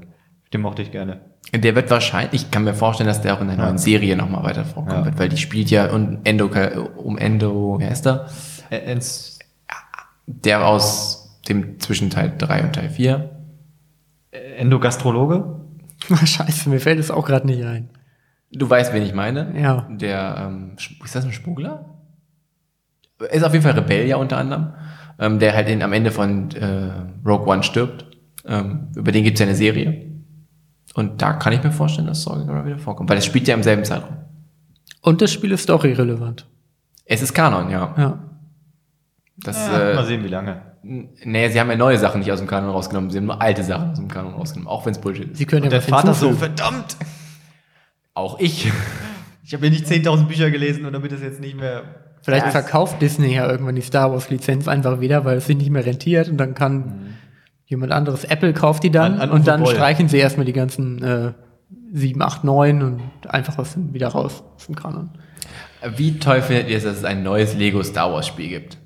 Den mochte ich gerne. Der wird wahrscheinlich, ich kann mir vorstellen, dass der auch in der neuen Serie nochmal weiter vorkommen Ja. wird, weil die spielt ja und Endo, um Endo, wer ist er? Ä- Ents- Der aus dem Zwischenteil 3 und Teil 4. Ä- Endogastrologe? Scheiße, mir fällt es auch gerade nicht ein. Du weißt, wen ich meine. Ja. Der, ähm, Sp- ist das ein Schmuggler? Ist auf jeden Fall Rebell ja unter anderem. Ähm, der halt in, am Ende von äh, Rogue One stirbt. Ähm, über den gibt es ja eine Serie. Und da kann ich mir vorstellen, dass Sorge Girl wieder vorkommt. Weil das spielt ja im selben Zeitraum. Und das Spiel ist story-relevant. Es ist Kanon, ja. Ja. Das, Ja, mal äh, sehen, wie lange. n- nee, sie haben ja neue Sachen nicht aus dem Kanon rausgenommen. Sie haben nur alte Sachen aus dem Kanon rausgenommen. Auch wenn es Bullshit ist. Sie können ja Der was Vater so, hinzufügen. verdammt! Auch ich. Ich habe hier nicht 10.000 Bücher gelesen und damit das jetzt nicht mehr... Vielleicht Ja, es- verkauft Disney ja irgendwann die Star Wars-Lizenz einfach wieder, weil es sich nicht mehr rentiert und dann kann jemand anderes, Apple kauft die dann An- an Uwe und dann Boll. streichen sie erstmal die ganzen äh, 7, 8, 9 und einfach aus dem, wieder raus aus dem Kanon. Wie toll findet ihr es, dass es ein neues Lego Star Wars Spiel gibt?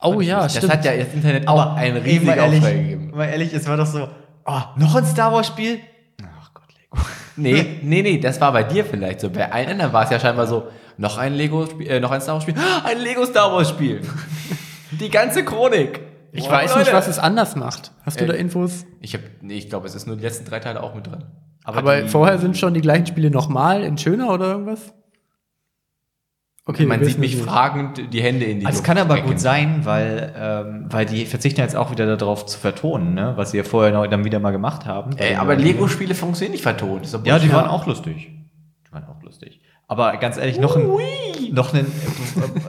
Oh ja, das stimmt. hat ja das Internet auch einen riesigen Ey, mal Aufschrei ehrlich, gegeben. mal ehrlich, es war doch so, oh, noch ein Star Wars Spiel? Ach Gott, Lego. Nee, nee, nee, das war bei dir vielleicht so. Bei allen anderen war es ja scheinbar so, noch ein Lego Spiel, äh, noch ein Star Wars Spiel, Ah, ein Lego Star Wars Spiel. Die ganze Chronik. ich Wow, weiß Leute. nicht, was es anders macht. Hast du Äh, da Infos? Ich hab, nee, ich glaube, es ist nur die letzten drei Teile auch mit drin. Aber, vorher sind schon die gleichen Spiele nochmal in schöner oder irgendwas? Okay, Man wir sieht wissen mich es nicht. fragend die Hände in die Also es Luft kann aber strecken. gut sein, weil, ähm, weil die verzichten jetzt auch wieder darauf zu vertonen, ne? was sie ja vorher noch, dann wieder mal gemacht haben. Ey, aber Lego Spiele funktionieren nicht vertont. Ist doch Ja, die Bullshit. waren auch lustig. Die waren auch lustig. Aber ganz ehrlich, noch ein. Noch einen,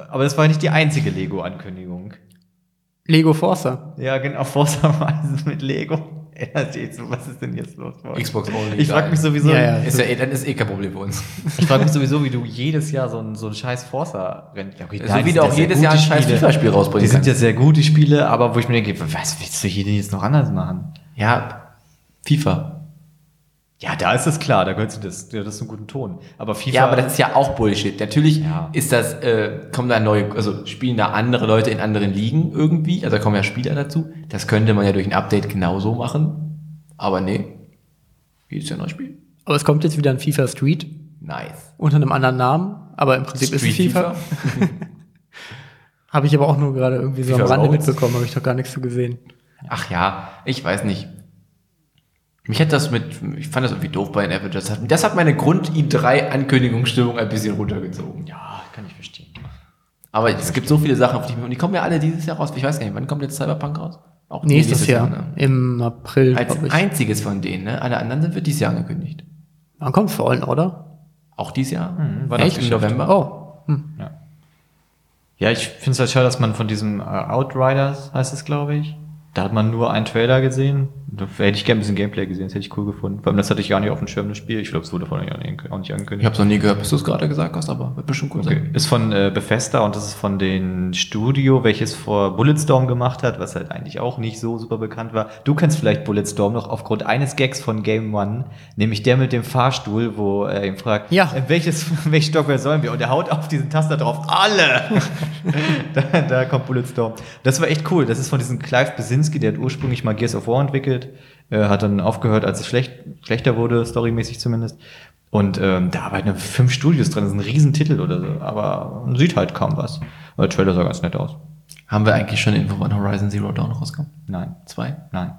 aber das war nicht die einzige Lego-Ankündigung. Lego Forza. Ja, genau, Forza Horizon mit Lego. Ey, das ist- Was ist denn jetzt los? Leute? Xbox only, Ich frage mich sowieso, Ja, ja. Ist ja, eh- dann ist eh kein Problem für uns. Ich frage mich sowieso, wie du jedes Jahr so ein, so ein scheiß Forza rennt. Ja, okay, So nein, wie das du sind auch ja jedes gute Jahr ein scheiß Spiele. FIFA-Spiel rausbringen Die sind kannst. ja sehr gute Spiele, aber wo ich mir denke, was willst du hier denn jetzt noch anders machen? Ja, FIFA. Ja, da ist es klar, da gehört sie das, ja, das ist einen guten Ton. Aber FIFA. Ja, aber das ist ja auch Bullshit. Natürlich Ja. ist das, äh, kommen da neue, also spielen da andere Leute in anderen Ligen irgendwie, also da kommen ja Spieler dazu. Das könnte man ja durch ein Update genauso machen. Aber nee. Hier ist ja ein neues Spiel. Aber es kommt jetzt wieder ein FIFA Street Nice. unter einem anderen Namen, aber im Prinzip ist es FIFA. Habe ich aber auch nur gerade irgendwie so am FIFA Rande Roads? mitbekommen, habe ich doch gar nichts zu gesehen. Ach ja, ich weiß nicht. Mich hat das mit, ich fand das irgendwie doof bei den Avengers. Das hat meine Grund-i3-Ankündigungsstimmung ein bisschen runtergezogen. ja, ah, kann ich verstehen. Aber es gibt so viele Sachen, auf die ich mich, und die kommen ja alle dieses Jahr raus. Ich weiß gar nicht, wann kommt jetzt Cyberpunk raus? Auch Nächstes Jahr, ne? im April, Als glaub ich. einziges von denen, ne? Alle anderen sind für dieses Jahr angekündigt. Wann kommt Ah, Fallen Order? Auch dieses Jahr? war Echt? Im Nachtgeschäft. November? Oh. Hm. Ja, ich finde es halt schade, dass man von diesem äh, Outriders, heißt es glaube ich, da hat man nur einen Trailer gesehen. Da hätte ich gerne ein bisschen Gameplay gesehen, das hätte ich cool gefunden. Vor allem das hatte ich gar nicht auf dem Schirm, das Spiel. Ich glaube, es wurde von euch auch nicht Ich angekündigt. habe noch nie gehört, bis du es gerade gesagt hast, aber wird bestimmt gut Okay. sein. Ist von äh, Bethesda und das ist von dem Studio, welches vor Bulletstorm gemacht hat, was halt eigentlich auch nicht so super bekannt war. Du kennst vielleicht Bulletstorm noch aufgrund eines Gags von Game One, nämlich der mit dem Fahrstuhl, wo äh, er ihn fragt, Ja. "In welches, welches Stockwerk sollen wir? Und er haut auf diesen Taster drauf, alle! da, da kommt Bulletstorm. Das war echt cool. Das ist von diesem Clive Besinski, der hat ursprünglich mal Gears of War entwickelt, äh, hat dann aufgehört, als es schlecht, schlechter wurde, storymäßig zumindest. Und ähm, da arbeiten fünf Studios dran, das ist ein Riesentitel oder so, aber man sieht halt kaum was. Aber der Trailer sah ganz nett aus. Haben wir eigentlich schon eine Info, wann Horizon Zero Dawn rauskommt? Nein, Zwei? nein.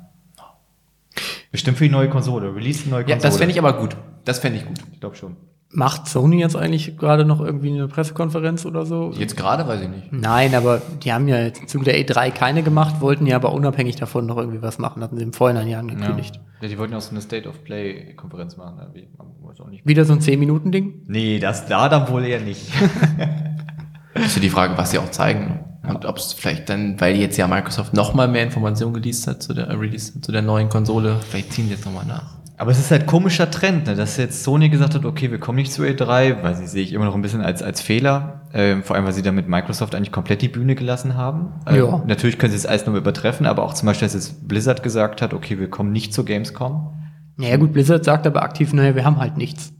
Bestimmt für die neue Konsole, release die neue Ja, Konsole. das fände ich aber gut. Das fände ich gut. Ich glaube schon. Macht Sony jetzt eigentlich gerade noch irgendwie eine Pressekonferenz oder so? Also Jetzt gerade weiß ich nicht. Nein, aber die haben ja jetzt zu der E3 keine gemacht, wollten ja aber unabhängig davon noch irgendwie was machen, hatten sie im Vorhinein ja angekündigt. Ja, die wollten auch so eine State of Play-Konferenz machen, aber ich weiß auch nicht. Wieder so ein 10-Minuten-Ding? Nee, das da dann wohl eher nicht. Das ist ja die Frage, was sie auch zeigen. Und ob es vielleicht dann, weil jetzt ja Microsoft nochmal mehr Informationen geleast hat zu der, äh, released, hat zu der neuen Konsole, vielleicht ziehen sie jetzt nochmal nach. Aber es ist halt komischer Trend, ne? dass jetzt Sony gesagt hat, okay, wir kommen nicht zu E3, weil sie sehe ich immer noch ein bisschen als, als Fehler, ähm, vor allem weil sie damit Microsoft eigentlich komplett die Bühne gelassen haben. Ähm, Ja. Natürlich können sie es alles nur übertreffen, aber auch zum Beispiel, dass jetzt Blizzard gesagt hat, okay, wir kommen nicht zur Gamescom. Naja gut, Blizzard sagt aber aktiv, naja, wir haben halt nichts.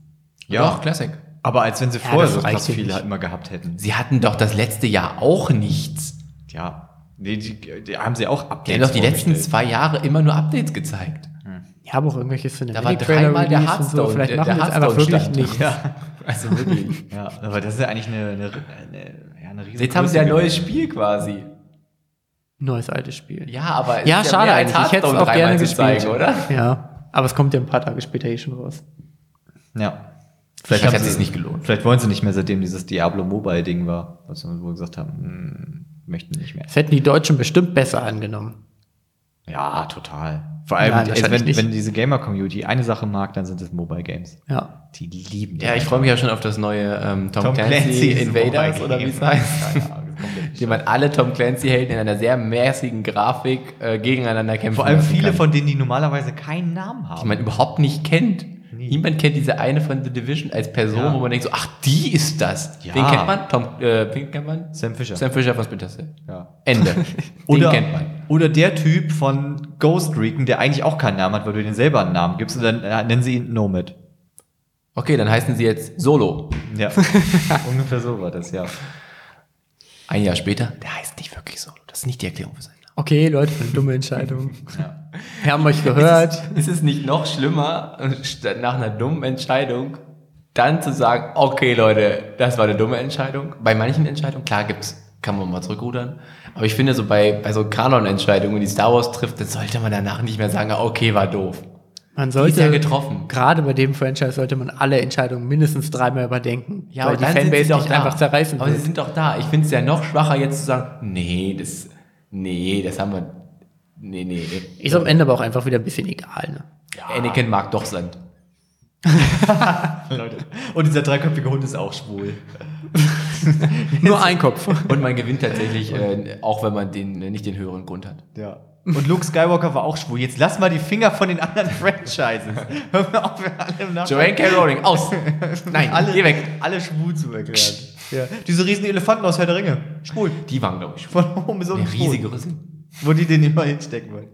Doch, Classic. Aber als wenn sie vorher das so reicht krass ja viel nicht. halt immer gehabt hätten. Sie hatten doch das letzte Jahr auch nichts. Ja. Nee, die, die haben sie auch Updates Die haben doch die letzten vorgestellt. zwei Jahre immer nur Updates gezeigt. Ja, aber auch irgendwelche Da war dreimal der Hearthstone. so. Vielleicht der, machen der wir es einfach wirklich Hearthstone-Stand. nicht. Ja. Also wirklich. Ja, aber das ist ja eigentlich eine, eine, eine, ja, eine riesen Jetzt haben sie ein Größe neues Spiel quasi. Neues altes Spiel. Ja, aber es Ja, ist schade mehr als eigentlich. Ich hätte es Hearthstone auch gerne dreimal zu gespielt. Zeigen, oder? Ja, aber es kommt ja ein paar Tage später eh schon raus. Ja. Vielleicht haben hat sie- sich's nicht gelohnt. Vielleicht wollen sie nicht mehr, seitdem dieses Diablo Mobile Ding war, was wir wohl gesagt haben, hm, möchten nicht mehr. Das hätten die Deutschen bestimmt besser angenommen. Ja, total. Vor allem, Nein, die- wahrscheinlich wenn, nicht. wenn diese Gamer Community eine Sache mag, dann sind es Mobile Games. Ja. Die lieben Ja, ich freue mich ja schon auf das neue ähm, Tom, Clancy, Invaders oder wie es heißt. Dem man alle Tom Clancy-Helden in einer sehr mäßigen Grafik äh, gegeneinander kämpfen Vor allem lassen viele kann. von denen, die normalerweise keinen Namen haben. die man überhaupt nicht kennt. Nie. Niemand kennt diese eine von The Division als Person, Ja. wo man denkt so, ach, die ist das. Ja. Den kennt man? Tom, äh, wen kennt man? Sam Fisher. Sam Fisher von Splinter Cell. ja. Ende. Den Oder, kennt man. oder der Typ von Ghost Recon, der eigentlich auch keinen Namen hat, weil du den selber einen Namen gibst und dann äh, nennen sie ihn Nomad. Okay, dann heißen sie jetzt Solo. Ja. Ungefähr so war das, ja. Ein Jahr später, der heißt nicht wirklich Solo. Das ist nicht die Erklärung für seinen Namen. Okay, Leute, eine dumme Entscheidung. Ja. Wir haben euch gehört. Ist es nicht noch schlimmer, statt nach einer dummen Entscheidung dann zu sagen, okay Leute, das war eine dumme Entscheidung? Bei manchen Entscheidungen, klar gibt's, kann man mal zurückrudern. Aber ich finde so bei, bei so Kanon-Entscheidungen, die Star Wars trifft, dann sollte man danach nicht mehr sagen, ah, okay, war doof. Die Man ist ja sollte, getroffen. gerade bei dem Franchise, sollte man alle Entscheidungen mindestens dreimal überdenken. Ja, weil aber die dann Fanbase sind sie doch nicht da. einfach zerreißen Aber sie wird. sind doch da. Ich finde es ja noch schwacher, jetzt zu sagen, nee, das, nee, das haben wir, nee, nee. Ist am Ende aber auch einfach wieder ein bisschen egal. Ne? Anakin mag doch Sand. Leute. Und dieser dreiköpfige Hund ist auch schwul. Nur ein Kopf. Und man gewinnt tatsächlich, äh, auch wenn man den, nicht den höheren Grund hat. Ja. Und Luke Skywalker war auch schwul. Jetzt lass mal die Finger von den anderen Franchises. Hör mal auf, wir alle im Joanne Nachhinein- K. Rowling, aus! Nein, alle, geh weg! alle schwul zu erklären. ja. Diese riesen Elefanten aus Herr der Ringe. Schwul. Die waren, glaube ich, schon. Von oben bis unten. Der schwul. riesige Rüssel. wo die den immer hinstecken wollen.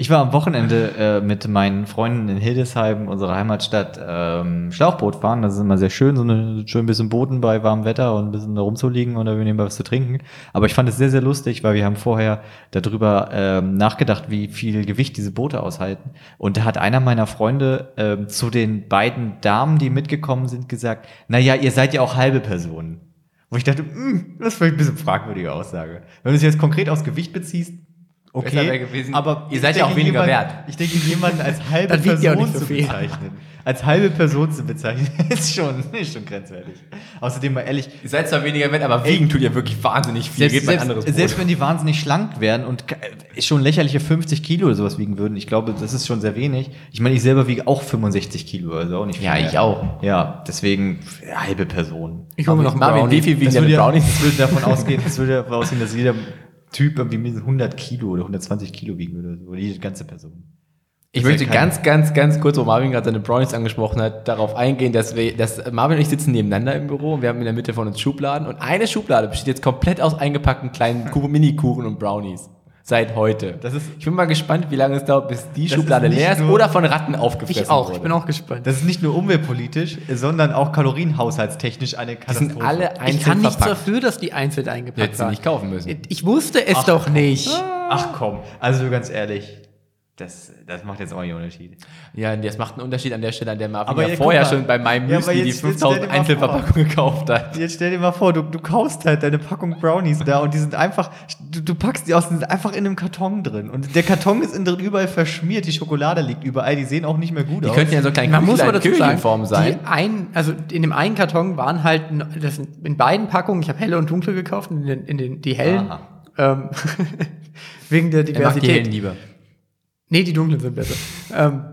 Ich war am Wochenende äh, mit meinen Freunden in Hildesheim, unserer Heimatstadt, ähm, Schlauchboot fahren. Das ist immer sehr schön, so eine, schön ein bisschen Booten bei warmem Wetter und ein bisschen da rumzuliegen und da nebenbei was zu trinken. Aber ich fand es sehr, sehr lustig, weil wir haben vorher darüber ähm, nachgedacht, wie viel Gewicht diese Boote aushalten. Und da hat einer meiner Freunde ähm, zu den beiden Damen, die mitgekommen sind, gesagt, naja, ihr seid ja auch halbe Personen. Wo ich dachte, "Hm, das ist vielleicht ein bisschen fragwürdige Aussage. Wenn du es jetzt konkret aufs Gewicht beziehst, Besser Okay, wäre gewesen, aber ihr ich seid ja auch denke, weniger jemand, wert. Ich denke, jemanden als halbe Dann wiegt ihr auch Person nicht so zu viel. bezeichnen, als halbe Person zu bezeichnen, ist schon, ist schon grenzwertig. Außerdem mal ehrlich, Ihr seid zwar weniger wert, aber wiegen tut ja wirklich wahnsinnig viel. Gebt mal ein anderes Brot. selbst wenn die wahnsinnig schlank wären und ke- äh, schon lächerliche 50 Kilo oder sowas wiegen würden, ich glaube, das ist schon sehr wenig. Ich meine, ich selber wiege auch 65 Kilo, also auch nicht viel. Ja, mehr. ich auch. Ja, deswegen pf, halbe Person. Ich hole mir noch einen Marvin, Brownie. wie viel wiegen Das deine würde, ja, Brownies? das würde davon ausgehen, das würde davon ausgehen, dass jeder Typ irgendwie mindestens 100 Kilo oder 120 Kilo wiegen würde, oder jede ganze Person. Ich Das ist möchte ja kein- ganz, ganz, ganz kurz, wo Marvin gerade seine Brownies angesprochen hat, darauf eingehen, dass wir, dass Marvin und ich sitzen nebeneinander im Büro und wir haben in der Mitte von uns Schubladen und eine Schublade besteht jetzt komplett aus eingepackten kleinen Ku- Mini-Kuchen und Brownies. Seit heute. Das ist- ich bin mal gespannt, wie lange es dauert, bis die Das Schublade ist nicht leer ist nur- oder von Ratten aufgefressen Ich auch, wurde. ich bin auch gespannt. Das ist nicht nur umweltpolitisch, sondern auch kalorienhaushaltstechnisch eine Die Katastrophe. sind alle einzeln ich kann nichts verpackt. dafür, dass die einzeln eingepackt Hättest du waren. nicht kaufen müssen. Ich wusste es doch nicht. Ach komm, also ganz ehrlich, das, das macht jetzt auch nicht Unterschied. Ja, das macht einen Unterschied an der Stelle, an der Marvin Aber ja ja, guck vorher mal. schon bei meinem Ja, aber Müsli die jetzt- jetzt stell 5000 dir mal vor. Einzelverpackungen gekauft hat. Jetzt stell dir mal vor, du, du kaufst halt deine Packung Brownies da und die sind einfach, du, du packst die aus, die sind einfach in einem Karton drin. Und der Karton ist innen drin überall verschmiert, die Schokolade liegt überall, die sehen auch nicht mehr gut Die aus. könnten ja so kleine Man muss Küchlein- aber dazu Küchlein-Form sagen, sein. Die ein, also in dem einen Karton waren halt, n- das sind in beiden Packungen, ich habe helle und dunkle gekauft, in den, in den die hellen, Aha. ähm, wegen der Er macht die Diversität. Hellen lieber. nee, die dunklen sind besser. ähm,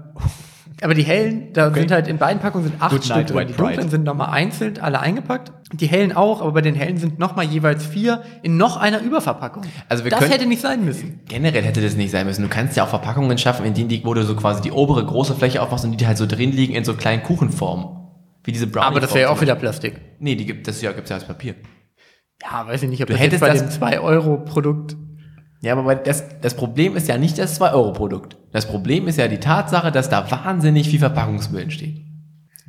aber die hellen, da sind halt in beiden Packungen sind acht Good Stück night, drin. White Die dunklen Pride. sind nochmal einzeln, alle eingepackt. Die hellen auch, aber bei den hellen sind nochmal jeweils vier in noch einer Überverpackung. Also wir das können- hätte nicht sein müssen. Generell hätte das nicht sein müssen. Du kannst ja auch Verpackungen schaffen, in denen die, wo du so quasi die obere große Fläche aufmachst und die halt so drin liegen in so kleinen Kuchenformen. Wie diese Brownie. Aber das wäre ja auch wieder Plastik. Nee, die gibt, das ja, gibt's ja als Papier. Ja, weiß ich nicht, ob Du das jetzt hättest bei das- dem 2-Euro-Produkt Ja, aber das, das Problem ist ja nicht das 2-Euro-Produkt. Das Problem ist ja die Tatsache, dass da wahnsinnig viel Verpackungsmüll entsteht.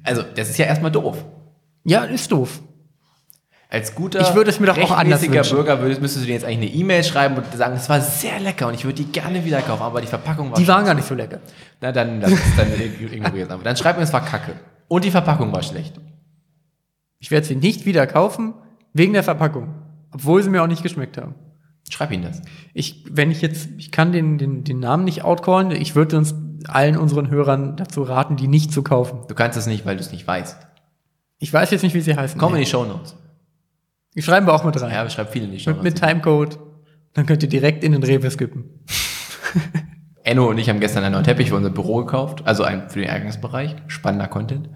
Also, das ist ja erstmal doof. Ja, ist doof. Als guter, Ich würde es mir doch auch anders rechtmäßiger wünschen. Bürger würdest, müsstest du dir jetzt eigentlich eine E-Mail schreiben und sagen, es war sehr lecker und ich würde die gerne wieder kaufen, aber die Verpackung war Die schon waren gar nicht so lecker. Na, dann, das ist dann ignoriert einfach. Dann schreibt mir, es war kacke. Und die Verpackung war schlecht. Ich werde sie nicht wieder kaufen, wegen der Verpackung. Obwohl sie mir auch nicht geschmeckt haben. Schreib ihnen das. Ich, wenn ich jetzt, ich kann den, den, den Namen nicht outcallen, ich würde uns allen unseren Hörern dazu raten, die nicht zu kaufen. Du kannst es nicht, weil du es nicht weißt. Ich weiß jetzt nicht, wie sie heißen. Komm in nee. die Shownotes. Die schreiben wir auch mit rein. Ja, wir schreiben viele in die mit, Shownotes. mit Timecode. Dann könnt ihr direkt in den Rewe skippen. Enno und ich haben gestern einen neuen Teppich für unser Büro gekauft. Also einen für den Eingangsbereich. Spannender Content.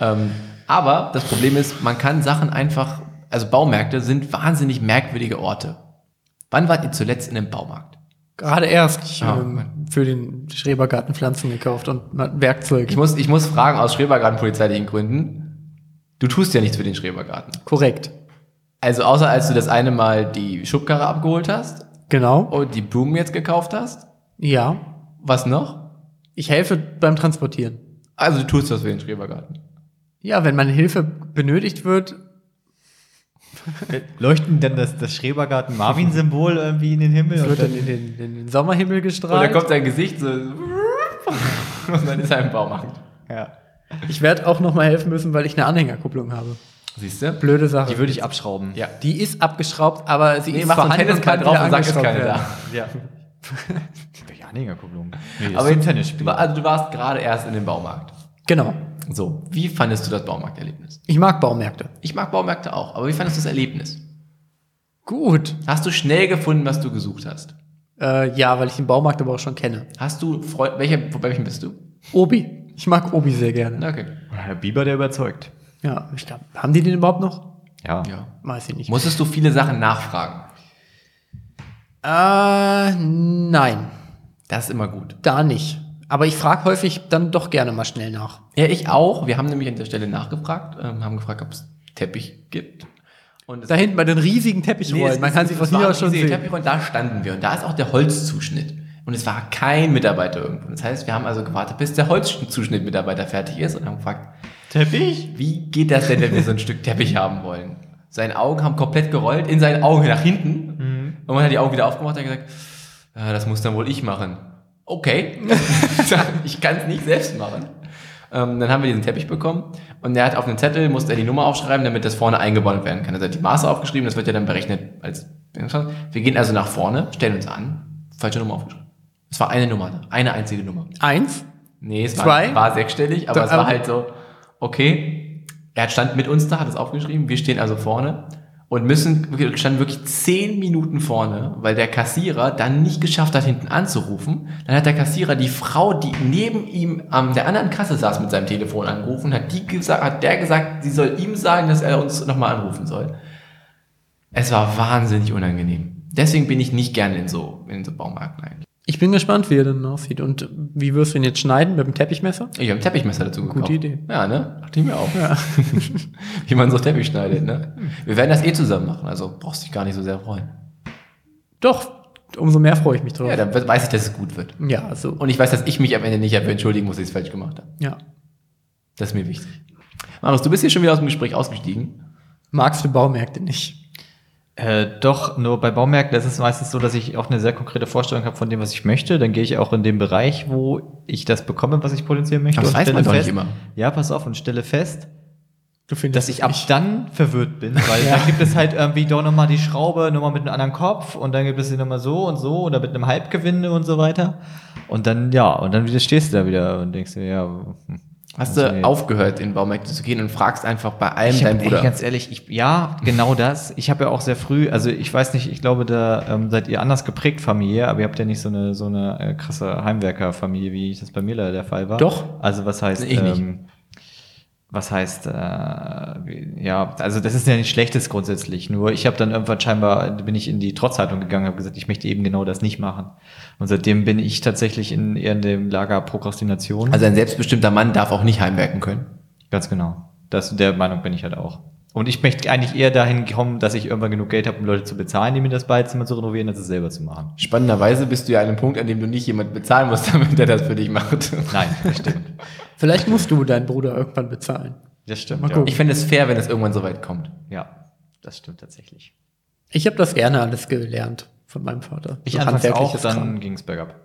Ähm, aber das Problem ist, man kann Sachen einfach, also Baumärkte sind wahnsinnig merkwürdige Orte. Wann wart ihr zuletzt in einem Baumarkt? Gerade erst ich, Ah, ähm, für den Schrebergarten Pflanzen gekauft und mal Werkzeug. Ich muss, ich muss fragen aus Schrebergartenpolizeilichen Gründen. Du tust ja nichts für den Schrebergarten. Korrekt. Also außer als du das eine Mal die Schubkarre abgeholt hast Genau. und die Blumen jetzt gekauft hast. Ja. Was noch? Ich helfe beim Transportieren. Also du tust was für den Schrebergarten. Ja, wenn meine Hilfe benötigt wird, Leuchten denn das, das Schrebergarten-Marvin-Symbol irgendwie in den Himmel? wird Und dann dann, in den, in den Sommerhimmel Und gestrahlt. dann Oh, kommt sein Gesicht so und dann ist er im Baumarkt. ja. ich werde auch nochmal helfen müssen, weil ich eine Anhängerkupplung habe. Siehst du? Blöde Sache. Die würde ich abschrauben. Ja. Die ist abgeschraubt, aber sie Nee, ist mach so einen vorhanden Tennisball kann drauf wieder und sag, ist angeschraubt keine werden. da. ja. Welche Anhängerkupplung? Nee, Aber jetzt, Tennis du, war- also du warst gerade erst in dem Baumarkt. Genau. So, wie fandest du das Baumarkterlebnis? Ich mag Baumärkte. Ich mag Baumärkte auch, aber wie fandest du das Erlebnis? Gut. Hast du schnell gefunden, was du gesucht hast? Äh, ja, weil ich den Baumarkt aber auch schon kenne. Hast du Freund, welcher, bei welchem bist du? Obi. Ich mag Obi sehr gerne. Na, Okay. Herr Bieber, der überzeugt. Ja, ich glaube, haben die den überhaupt noch? Ja. Ja. Weiß ich nicht. Musstest du viele Sachen nachfragen? Äh, nein, Das ist immer gut. da nicht. Aber ich frage häufig dann doch gerne mal schnell nach. Ja, ich auch. Wir haben nämlich an der Stelle nachgefragt, ähm, haben gefragt, ob es Teppich gibt. Und es- Da hinten bei den riesigen Teppichrollen. es- Man kann es- sie es von hier waren aus schon riesige sehen. Teppiche Und da standen wir und da ist auch der Holzzuschnitt. Und es war kein Mitarbeiter irgendwo. Das heißt, wir haben also gewartet, bis der Holzzuschnittmitarbeiter fertig ist und haben gefragt, Teppich? wie geht das denn, wenn wir so ein Stück Teppich haben wollen? Seine Augen haben komplett gerollt, in seinen Augen nach hinten. Und man hat die Augen wieder aufgemacht und hat gesagt, "Ah, das muss dann wohl ich machen. Okay, ich kann es nicht selbst machen. Ähm, dann haben wir diesen Teppich bekommen und er hat auf einen Zettel, musste er die Nummer aufschreiben, damit das vorne eingebaut werden kann. Also er hat die Maße aufgeschrieben, das wird ja dann berechnet als... Wir gehen also nach vorne, stellen uns an, falsche Nummer aufgeschrieben. Es war eine Nummer, eine einzige Nummer. Eins? Nee, es Zwei? War, war sechsstellig, aber Doch, es war aber- halt so, okay, er stand mit uns da, hat es aufgeschrieben, wir stehen also vorne und müssen, wir standen wirklich zehn Minuten vorne, weil der Kassierer dann nicht geschafft hat, hinten anzurufen. Dann hat der Kassierer die Frau, die neben ihm an der anderen Kasse saß mit seinem Telefon angerufen, hat die gesagt, hat der gesagt, sie soll ihm sagen, dass er uns nochmal anrufen soll. Es war wahnsinnig unangenehm. Deswegen bin ich nicht gerne in so, in so Baumärkten eigentlich. Ich bin gespannt, wie er denn aussieht. Und wie wirst du ihn jetzt schneiden? Mit dem Teppichmesser? Ich habe ein Teppichmesser dazu gekauft. Gute Idee. Ja, ne? Dachte ich mir auch. Wie man so Teppich schneidet, ne? Wir werden das eh zusammen machen, also brauchst dich gar nicht so sehr freuen. Doch, umso mehr freue ich mich drauf. Ja, dann we- weiß ich, dass es gut wird. ja so. Und ich weiß, dass ich mich am Ende nicht dafür entschuldigen muss, dass ich es falsch gemacht habe. Ja. Das ist mir wichtig. Marius, du bist hier schon wieder aus dem Gespräch ausgestiegen. Magst du Baumärkte nicht? Äh, doch, nur bei Baumärkten ist es meistens so, dass ich auch eine sehr konkrete Vorstellung habe von dem, was ich möchte. Dann gehe ich auch in den Bereich, wo ich das bekomme, was ich produzieren möchte. Aber das und weiß stelle man doch nicht fest- immer. Ja, pass auf und stelle fest, Du dass findest ich ab nicht. dann verwirrt bin, weil dann gibt es halt irgendwie doch nochmal die Schraube, nochmal mit einem anderen Kopf und dann gibt es die nochmal so und so oder mit einem Halbgewinde und so weiter. Und dann, ja, und dann wieder stehst du da wieder und denkst dir, ja. hm. Hast du Nee. aufgehört, in Baumärkte zu gehen und fragst einfach bei allem Ich hab, deinen ey, Bruder. ganz ehrlich, ich, ja, genau das. Ich habe ja auch sehr früh, also ich weiß nicht, ich glaube, da ähm, seid ihr anders geprägt familiär, aber ihr habt ja nicht so eine so eine äh, krasse Heimwerkerfamilie, wie ich das bei mir leider der Fall war. Doch. Also was heißt, Ich nicht. ähm, was heißt, äh, wie- ja, also das ist ja nichts Schlechtes grundsätzlich. Nur ich habe dann irgendwann scheinbar bin ich in die Trotzhaltung gegangen, habe gesagt, ich möchte eben genau das nicht machen. Und seitdem bin ich tatsächlich in eher in dem Lager Prokrastination. Also ein selbstbestimmter Mann darf auch nicht heimwerken können. Ganz genau. Das, der Meinung bin ich halt auch. Und ich möchte eigentlich eher dahin kommen, dass ich irgendwann genug Geld habe, um Leute zu bezahlen, die mir das Badezimmer zu renovieren, als es selber zu machen. Spannenderweise bist du ja an einem Punkt, an dem du nicht jemand bezahlen musst, damit er das für dich macht. Nein, das stimmt. Vielleicht musst du deinen Bruder irgendwann bezahlen. Das stimmt. Mal ja. gucken. Ich fände es fair, wenn es irgendwann so weit kommt. ja, das stimmt tatsächlich. Ich habe das gerne alles gelernt von meinem Vater. Ich So anfangs auch, handwerkliches dann Kram. ging es bergab.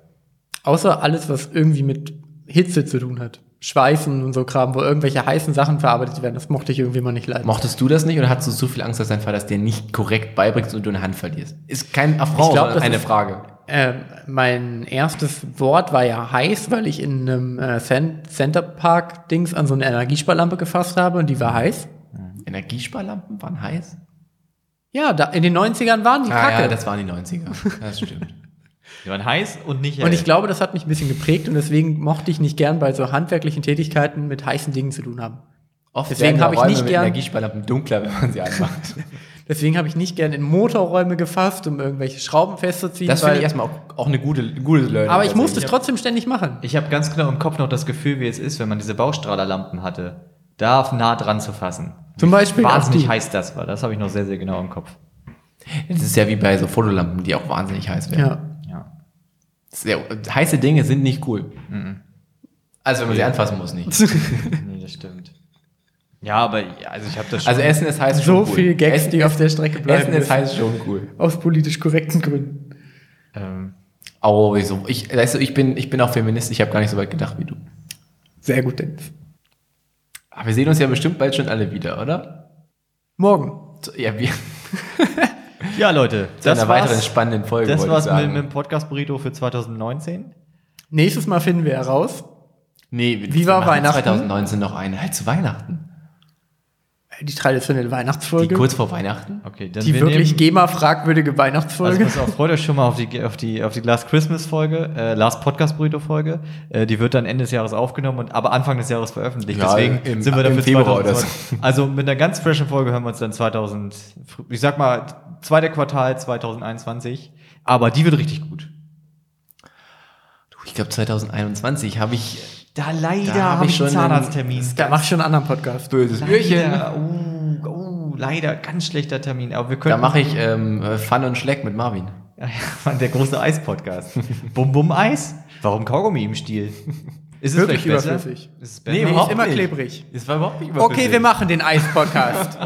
Außer alles, was irgendwie mit Hitze zu tun hat. Schweißen und so Kram, wo irgendwelche heißen Sachen verarbeitet werden, das mochte ich irgendwie mal nicht leiden. Mochtest du das nicht oder hattest du so viel Angst, dass dein Vater es dir nicht korrekt beibringt und du eine Hand verlierst? Ist kein Affront, Ich glaub, sondern das eine ist- Frage. Ähm, mein erstes Wort war ja heiß, weil ich in einem äh, Cen- Center Park Dings an so eine Energiesparlampe gefasst habe und die war heiß. Energiesparlampen waren heiß? Ja, da, in den 90ern waren die Ah, Kacke. ja, das waren die 90er. Das stimmt. Die waren heiß und nicht und ich glaube, das hat mich ein bisschen geprägt und deswegen mochte ich nicht gern bei so handwerklichen Tätigkeiten mit heißen Dingen zu tun haben. Oft werden Deswegen ja habe ich Räume nicht mit gern- Energiesparlampen dunkler, wenn man sie anmacht. Deswegen habe ich nicht gern in Motorräume gefasst, um irgendwelche Schrauben festzuziehen. Das weil- finde ich erstmal also auch, auch eine gute, gute Learning. aber ich musste es tatsächlich. trotzdem ständig machen. ich habe ganz genau im Kopf noch das Gefühl, wie es ist, wenn man diese Baustrahlerlampen hatte, da nah dran zu fassen. Zum Beispiel auch Wahnsinnig die. heiß das war. Das habe ich noch sehr, sehr genau im Kopf. Das ist ja wie bei so Fotolampen, die auch wahnsinnig heiß werden. Ja. Ja. Sehr, heiße Dinge sind nicht cool. Mhm. Also wenn man sie anfassen muss, nicht. nee, das stimmt. Ja, aber ja, also ich habe das schon. Also Essen ist heiß So schon cool. viel Gags, Essen, die auf der Strecke bleiben. Essen ist müssen. heiß schon cool. Aus politisch korrekten Gründen. ähm, Oh, wieso? Ich, weißt du, ich bin, ich bin auch Feminist, ich habe gar nicht so weit gedacht wie du. Sehr gut, Dennis. Aber wir sehen uns ja bestimmt bald schon alle wieder, oder? Morgen. Zu- Ja, wir, Ja, Leute, zu einer weiteren spannenden Folge. das wollte war's ich sagen. mit, mit dem Podcast Burrito für 2019. Nächstes Mal finden wir heraus. Nee, wir- Wie wir war machen Weihnachten? 2019 noch eine, halt zu Weihnachten. äh, Die traditionelle Die Weihnachtsfolge. Die, kurz vor Weihnachten. Okay, dann wir wirklich nehmen, GEMA-fragwürdige also Weihnachtsfolge. pass auf, freut euch schon mal auf die auf die auf die Last Christmas Folge, äh, Last Podcast Burrito Folge. Äh, die wird dann Ende des Jahres aufgenommen und aber Anfang des Jahres veröffentlicht. Ja, Deswegen im- sind wir im dafür Februar oder 2020. Also mit einer ganz freshen Folge hören wir uns dann 2000, ich sag mal zweiter Quartal 2021. Aber die wird richtig gut. Du, ich glaube 2021 habe ich Da Da leider hab hab ich schon einen- da mach ich schon einen anderen Podcast. böses Bürchen. Leider, uh, uh, leider ganz schlechter Termin. Aber wir können. Da mache ich ähm, äh, Fun und Schleck mit Marvin. Ja, ja, der große Eis-Podcast. Bum Bum Eis? Warum Kaugummi im Stiel? Ist es Wirklich vielleicht besser? überflüssig. Ist es Nee, besser? überhaupt ist immer nicht. klebrig. Das war überhaupt nicht Okay, wir machen den Eis-Podcast.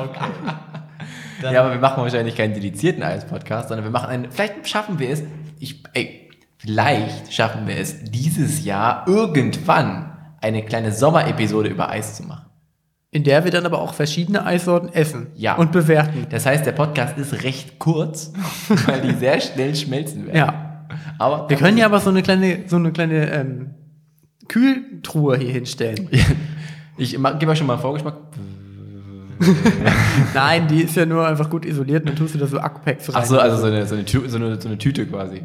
Dann- Ja, aber wir machen wahrscheinlich keinen dedizierten Eis-Podcast, sondern wir machen einen. Vielleicht schaffen wir es. Ich, ey, vielleicht schaffen wir es dieses Jahr irgendwann eine kleine Sommerepisode über Eis zu machen. in der wir dann aber auch verschiedene Eissorten essen Ja. und bewerten. Das heißt, der Podcast ist recht kurz, weil die sehr schnell schmelzen werden. Ja. Aber Wir können ja aber so eine kleine, so eine kleine ähm, Kühltruhe hier hinstellen. ich ma- gebe euch schon mal einen Vorgeschmack. Nein, die ist ja nur einfach gut isoliert und dann tust du da so Akku-Packs rein. Ach so, also so eine, so eine, Tü so eine, so eine Tüte quasi.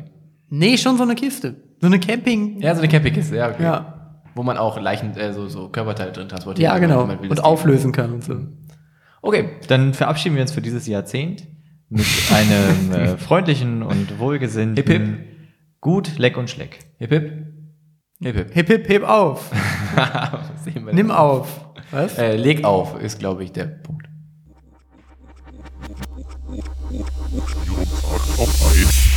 Nee, schon so eine Kiste. So eine Camping. Ja, so eine Campingkiste, ja, okay. ja. Wo man auch Leichen, äh, so, so Körperteile drin transportiert. Also Ja, genau. Man will Und das auflösen kann und so. Ding. Okay. Dann verabschieden wir uns für dieses Jahrzehnt mit einem äh, freundlichen und wohlgesinnten Hip, hip. Gut, Leck und Schleck. Hip, hip. Hip, hip. Hip, hip, hip auf. Was sehen wir Nimm denn? auf. Was? Äh, leg auf, ist, glaube ich, der Punkt. auf Eis.